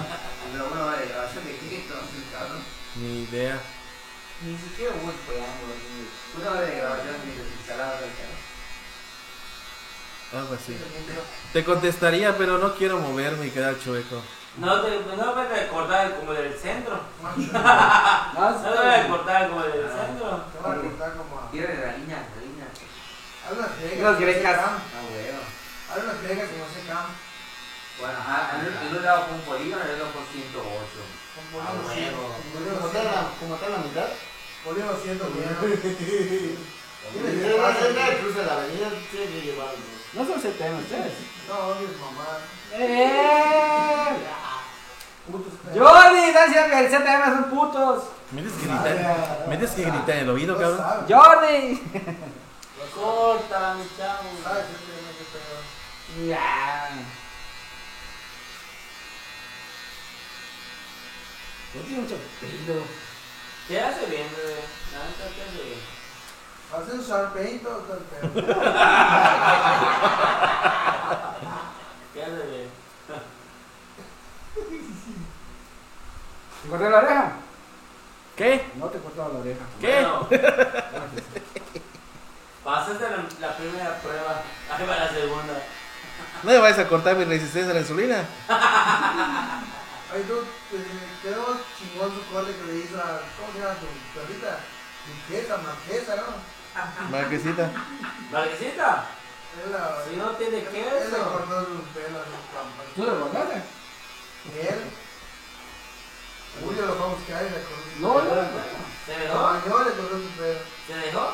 S1: Pero bueno, vale, la base de qué entonces, cabrón.
S3: Ni idea.
S1: Ni siquiera hubo el preámbulo. ni- Una hora de grabación ni desinstalados del canal.
S3: Algo así. Te contestaría, pero no quiero moverme y quedar chueco.
S7: No, te, no me voy a cortar como el del centro.
S2: No,
S7: No
S2: sí,
S7: te voy a cortar como el del centro.
S4: Te van a cortar como a...
S1: Tírale la línea, la línea.
S4: Haz unas griegas.
S2: Unas
S4: como
S2: griegas.
S4: ese Cam.
S1: Ah, huevo.
S4: Haz unas griegas como ese Cam.
S1: Bueno, ajá, en un- en un lado fue un polígono, en el otro fue 108.
S4: Con
S1: Ah,
S4: polígonos
S1: huevo.
S4: cientos, con
S11: Como
S4: polígonos
S11: está
S4: cientos,
S11: la- como está la mitad.
S4: polígonos cientos, güey.
S11: Tiene que llevar la senda de cruz de la avenida, tiene que llevarlo.
S2: no son ese tema, ustedes.
S4: No, odies mamá.
S2: ¡Eh!
S4: Putos perros.
S2: Jordi, no es cierto que el CTM son putos.
S3: Me tienes que gritar. Me tienes que gritar en el oído,
S4: No
S3: cabrón.
S4: sabes.
S2: Jordi.
S11: Corta, mi chavo.
S4: No sabes, yo creo que qué pedo.
S2: Ya. No tiene mucho pelo.
S7: ¿Qué hace bien, bebé? La neta, ¿qué hace bien?
S4: ¿Vas a usar peito o todo el pedo?
S7: ¿Qué hace bien?
S2: ¿Te corté la oreja?
S3: ¿Qué?
S2: No te cortaba la oreja.
S3: ¿Qué?
S7: Bueno, pasaste la, la primera prueba, ahí va la segunda.
S3: No me vayas a cortar mi resistencia a la insulina.
S4: Ay, tú, eh, quedó chingón su corte que le hizo a... ¿Cómo se llama tu perrita? Duquesa, marquesa, ¿no?
S3: Marquesita.
S7: ¿Marquesita?
S4: Es la...
S7: Si no tiene
S4: Él le
S7: queso.
S4: cortó sus pelos, sus pampas.
S10: ¿Tú lo guardaste?
S4: Y él... Julio lo va a buscar y le cortó.
S10: No, no.
S7: ¿Se dejó?
S4: No, yo le cortó sus pelos.
S7: ¿Se dejó?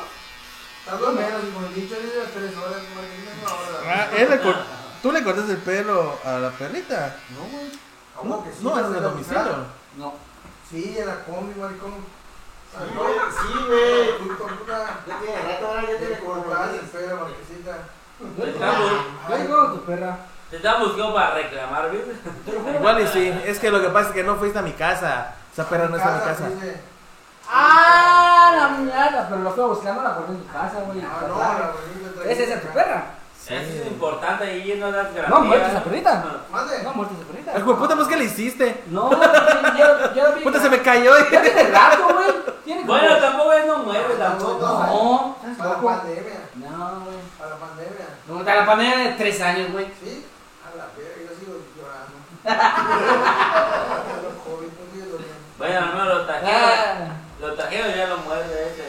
S4: Tardó menos, como he dicho, es de las tres horas, como que es una hora.
S3: Ah, él le cor- ¿Tú le cortaste el pelo a la perrita? No, güey.
S4: ¿Cómo
S3: No,
S4: que sí?
S3: no,
S4: ¿Vas
S3: en
S4: a
S3: el
S4: la
S3: domicilio.
S10: No.
S4: Sí, en la combi, maricón.
S11: Sí, güey, sí, güey.
S4: Puta, puta.
S11: Ya tiene rato, ahora ya tiene
S4: Le
S11: como
S4: cortaste el
S11: meses.
S4: pelo, marquesita.
S7: Te está, bu-
S2: Yo digo tu perra.
S7: te está buscando para reclamar, ¿viste?
S3: Igual y sí. Es que lo que pasa es que no fuiste a mi casa. Esa perra no está en mi casa.
S4: dice.
S2: ¡Ah! La mierda. Pero lo fui a buscar, no la corté en tu casa, güey.
S4: Ah, no, la bolita trae-
S2: ¿Es esa tu perra?
S7: Eso es importante ahí no das garantía.
S2: No, muerta esa perrita.
S4: Mande.
S2: No, muerta esa perrita.
S3: Ay, güey, puta, pues, ¿qué le hiciste?
S2: No, güey, yo, yo vi.
S3: Puta, se me cayó.
S2: Ya tiene rato, güey. Tiene como-
S7: Bueno, tampoco es no mueve,
S4: No,
S7: tampoco.
S2: No, estás
S4: Para la
S2: loco.
S4: pandemia.
S2: No, güey.
S4: Para la pandemia.
S2: No, está la pandemia de tres años, güey.
S4: Sí, a la verga, yo sigo llorando. Los jóvenes, no sigue doliendo.
S7: Bueno, no, lo tajeros,
S2: Ah.
S7: lo tajeros ya lo muerde ese.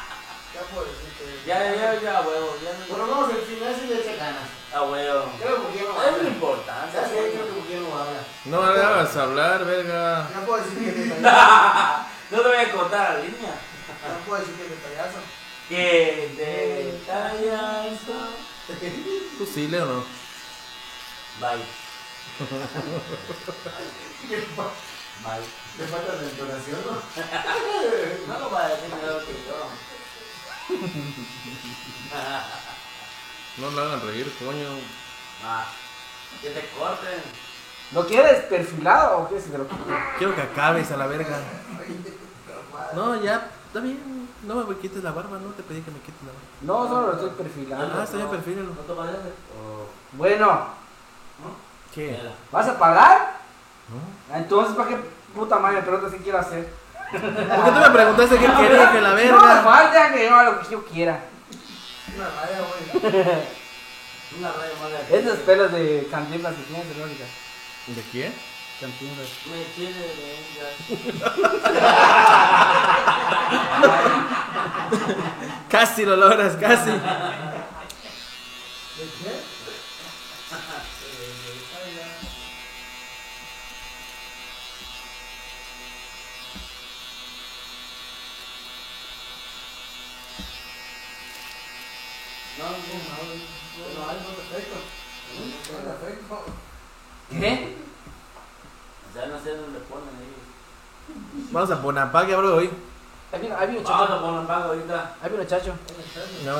S4: pobrecito.
S7: Ya, ya, ya, a huevo, ya
S11: Pero vamos, al final sí le echa ganas.
S7: no. A huevo.
S11: Creo que ya no
S7: Es lo
S11: habla.
S7: importante.
S11: ¿Sabes qué? Creo que Bukier no habla.
S3: No me hagas hablar, verga.
S4: Ya puedo decir que te tallazo.
S7: No te voy a cortar la línea.
S4: Ya puedo decir que te tallazo.
S7: Que detallazo.
S3: ¿Tú sí, Leo, no?
S7: Bye. Bye.
S11: Le falta la entonación, ¿no?
S7: No lo va a decir mejor que yo.
S3: No lo hagan reír, coño.
S7: Ah, que te corten.
S2: ¿Lo quieres perfilado o quieres que te lo quite?
S3: Quiero que acabes a la verga. No, ya, está bien. No me quites la barba, no te pedí que me quites la barba.
S2: No, solo lo estoy
S3: Ah,
S2: perfilando.
S3: está bien,
S7: ¿No
S3: perfílalo.
S7: te parece?
S2: Bueno,
S3: ¿Qué?
S7: Mira.
S2: ¿vas a pagar?
S3: No.
S2: Ah, Entonces, ¿para qué puta madre me preguntas qué quiero hacer? Ah,
S3: ¿Por qué tú me preguntaste qué quería que la
S2: No,
S3: verga?
S2: falta que yo haga lo que yo quiera.
S4: Una raya, güey.
S7: Una raya más de aquí.
S2: Esas pelas de cantinas que tienes, lógica.
S3: ¿De quién?
S2: Cantinas.
S7: Me tiene de
S3: Casi lo logras, casi.
S4: ¿De qué? No, no, no, no, no, no te afecta. No te afecta.
S2: ¿Qué?
S7: Ya no sé dónde ponen ahí.
S3: Vamos a Bonapá, que hablo hoy.
S12: Ahí viene, ahí viene
S7: Vamos
S12: Chacho.
S7: a poner pago ahorita.
S12: Ahí viene Chacho.
S3: No,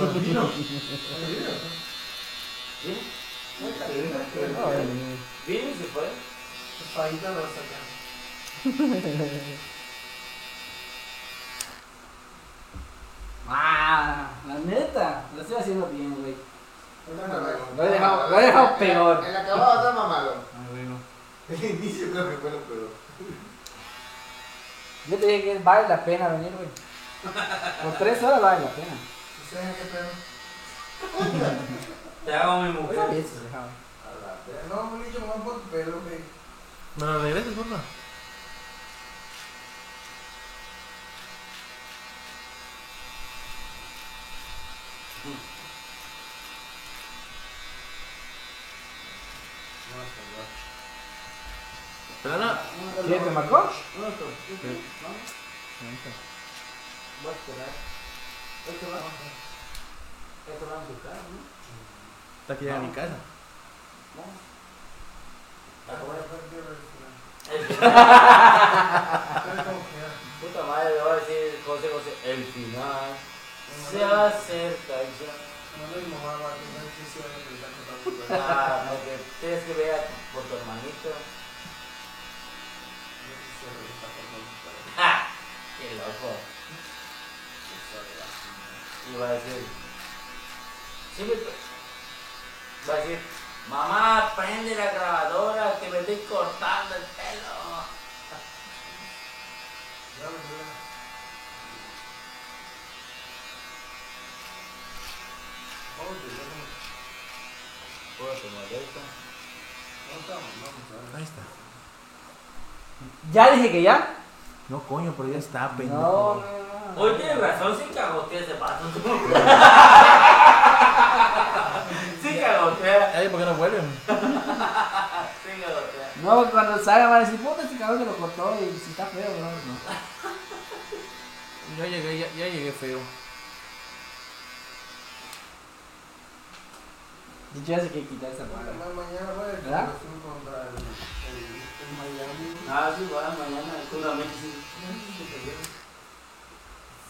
S7: Vino y se fue.
S4: País la vas a sacar.
S2: Ah, la neta, lo estoy haciendo bien, güey.
S12: Lo he dejado- lo he dejado peor.
S13: El acabado está mamalo.
S4: Ah,
S2: Ay, bueno.
S13: El inicio creo que fue lo peor.
S12: Yo te dije que vale la pena venir, güey. Por tres horas vale la pena.
S4: ¿Ustedes qué pedo?
S7: Te hago mi
S12: Otra
S7: mujer.
S12: vez se dejaba.
S4: No, un nicho más por tu pelo, güey.
S3: me lo regreses, porfa. Pero no,
S12: ¿Quién te marcó?
S7: Voy a esperar. Esto va Esto va a su casa, ¿no?
S3: está aquí ya en mi casa.
S7: Puta madre, le voy a decir José José, el final se acerca ya.
S4: No lo innovaba, que no existía en el tanto tanto, güey.
S7: Ah, porque tienes que ver a- por tu hermanito. ¡Ja! ¡Qué loco! Y va a decir, sí, me- va a decir, mamá, prende la grabadora que me estoy cortando el pelo.
S4: Ya, güey.
S7: Puro que molesta.
S3: Ahí está.
S12: ¿Ya dije que ya?
S3: No, coño, pero ya está,
S12: No,
S3: pendejo.
S12: no, no.
S7: Hoy tienes razón, sí cagotea ese paso. sí cagotea,
S3: Ay, ¿por qué no vuelven?
S7: sí cagotea.
S2: No, cuando salga va a decir, puta, este cabrón se lo cortó y si está feo, bro. No.
S3: Ya llegué, ya, ya llegué feo.
S2: Dicho eso, hay que quitar esa
S4: Bueno,
S2: palabra.
S4: más mañana, güey, que
S2: ¿Verdad?
S4: los Cruz contra el- el- el Miami.
S7: Ah, sí, va, mañana, tú también sí.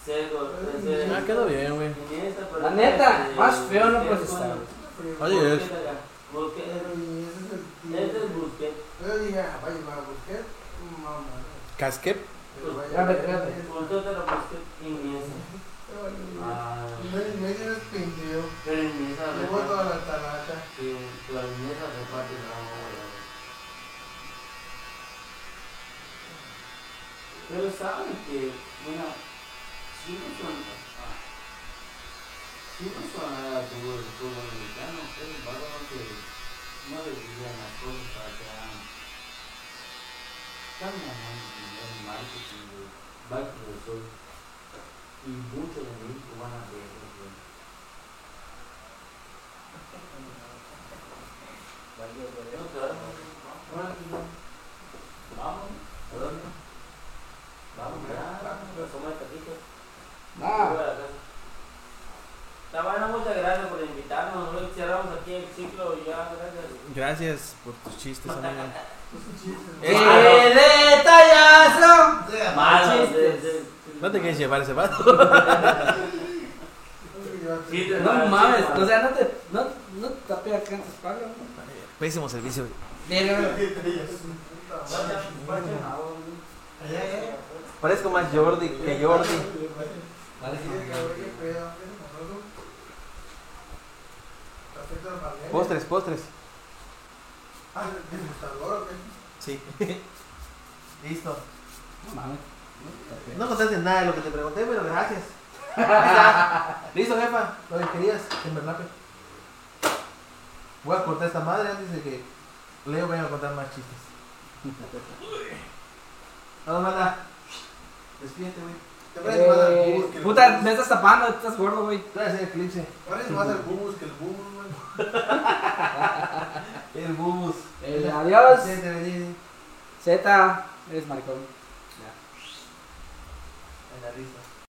S7: Cero, tercero.
S3: Ah, quedó bien, güey.
S7: Esta, pero-
S12: La neta, más feo no puedes estar.
S3: Oye, es-
S7: Busquets,
S4: Pero, y ese es el tío.
S7: este es Busquets.
S4: Yo dije, ah, vaya, va a buscar. Mamá.
S3: Casquep.
S4: Pero vaya,
S12: Espérate,
S4: vaya,
S12: espérate.
S4: vaya.
S7: Búsquets, Busquets, Iniesta.
S4: Pero vaya, vaya.
S7: Ah,
S4: Me- me dio el pendejo.
S7: pero Iniesta
S4: Me voy
S7: reparte-
S4: toda la talaca.
S7: sí, pero Iniesta reparte la bola. Pero saben que, mira, si no son, ah, si no son nada como el fútbol americano, pero el balón que no les digan las cosas para que hagan. Están ganando dinero en marketing, güey, marketing del sol. Y muchos de México van a ver, güey. No, claro. Vamos, perdón. Vamos, ya, somos taquitos.
S2: Ah,
S7: Tabana, muchas gracias por invitarnos. Hoy cerramos aquí el ciclo y ya, gracias.
S3: Gracias por tus chistes, amigo.
S2: Eh,
S7: ¡Qué
S12: detallazo!
S7: Malos,
S12: chistes.
S7: de- de-
S3: No te quieres llevar ese vato.
S7: Sí, de
S2: no
S7: verdad,
S2: mames,
S7: sí,
S2: o sea, no te, no, no te tapé acá en tus palabras.
S3: Pésimo servicio. Parezco más Jordi que Jordi. Postres, postres. Ah, Sí. Listo.
S2: No mames.
S3: No contaste nada de lo que te pregunté, pero gracias. Ahí está. Listo, jefa. Lo que querías, Embernape. Voy a cortar esta madre antes de que Leo vaya a contar más chistes. Vamos, manda. Despídete, güey. Te voy a llevar al bus, que el
S2: Eh, Puta,
S3: bus-
S2: me estás tapando, estás gordo, güey.
S3: Te voy a hacer eclipse.
S4: Parece más el bubus que el bubus, güey.
S3: El bus.
S2: El adiós.
S3: Sí, te bendice.
S2: Z, eres maricón.
S3: En la risa.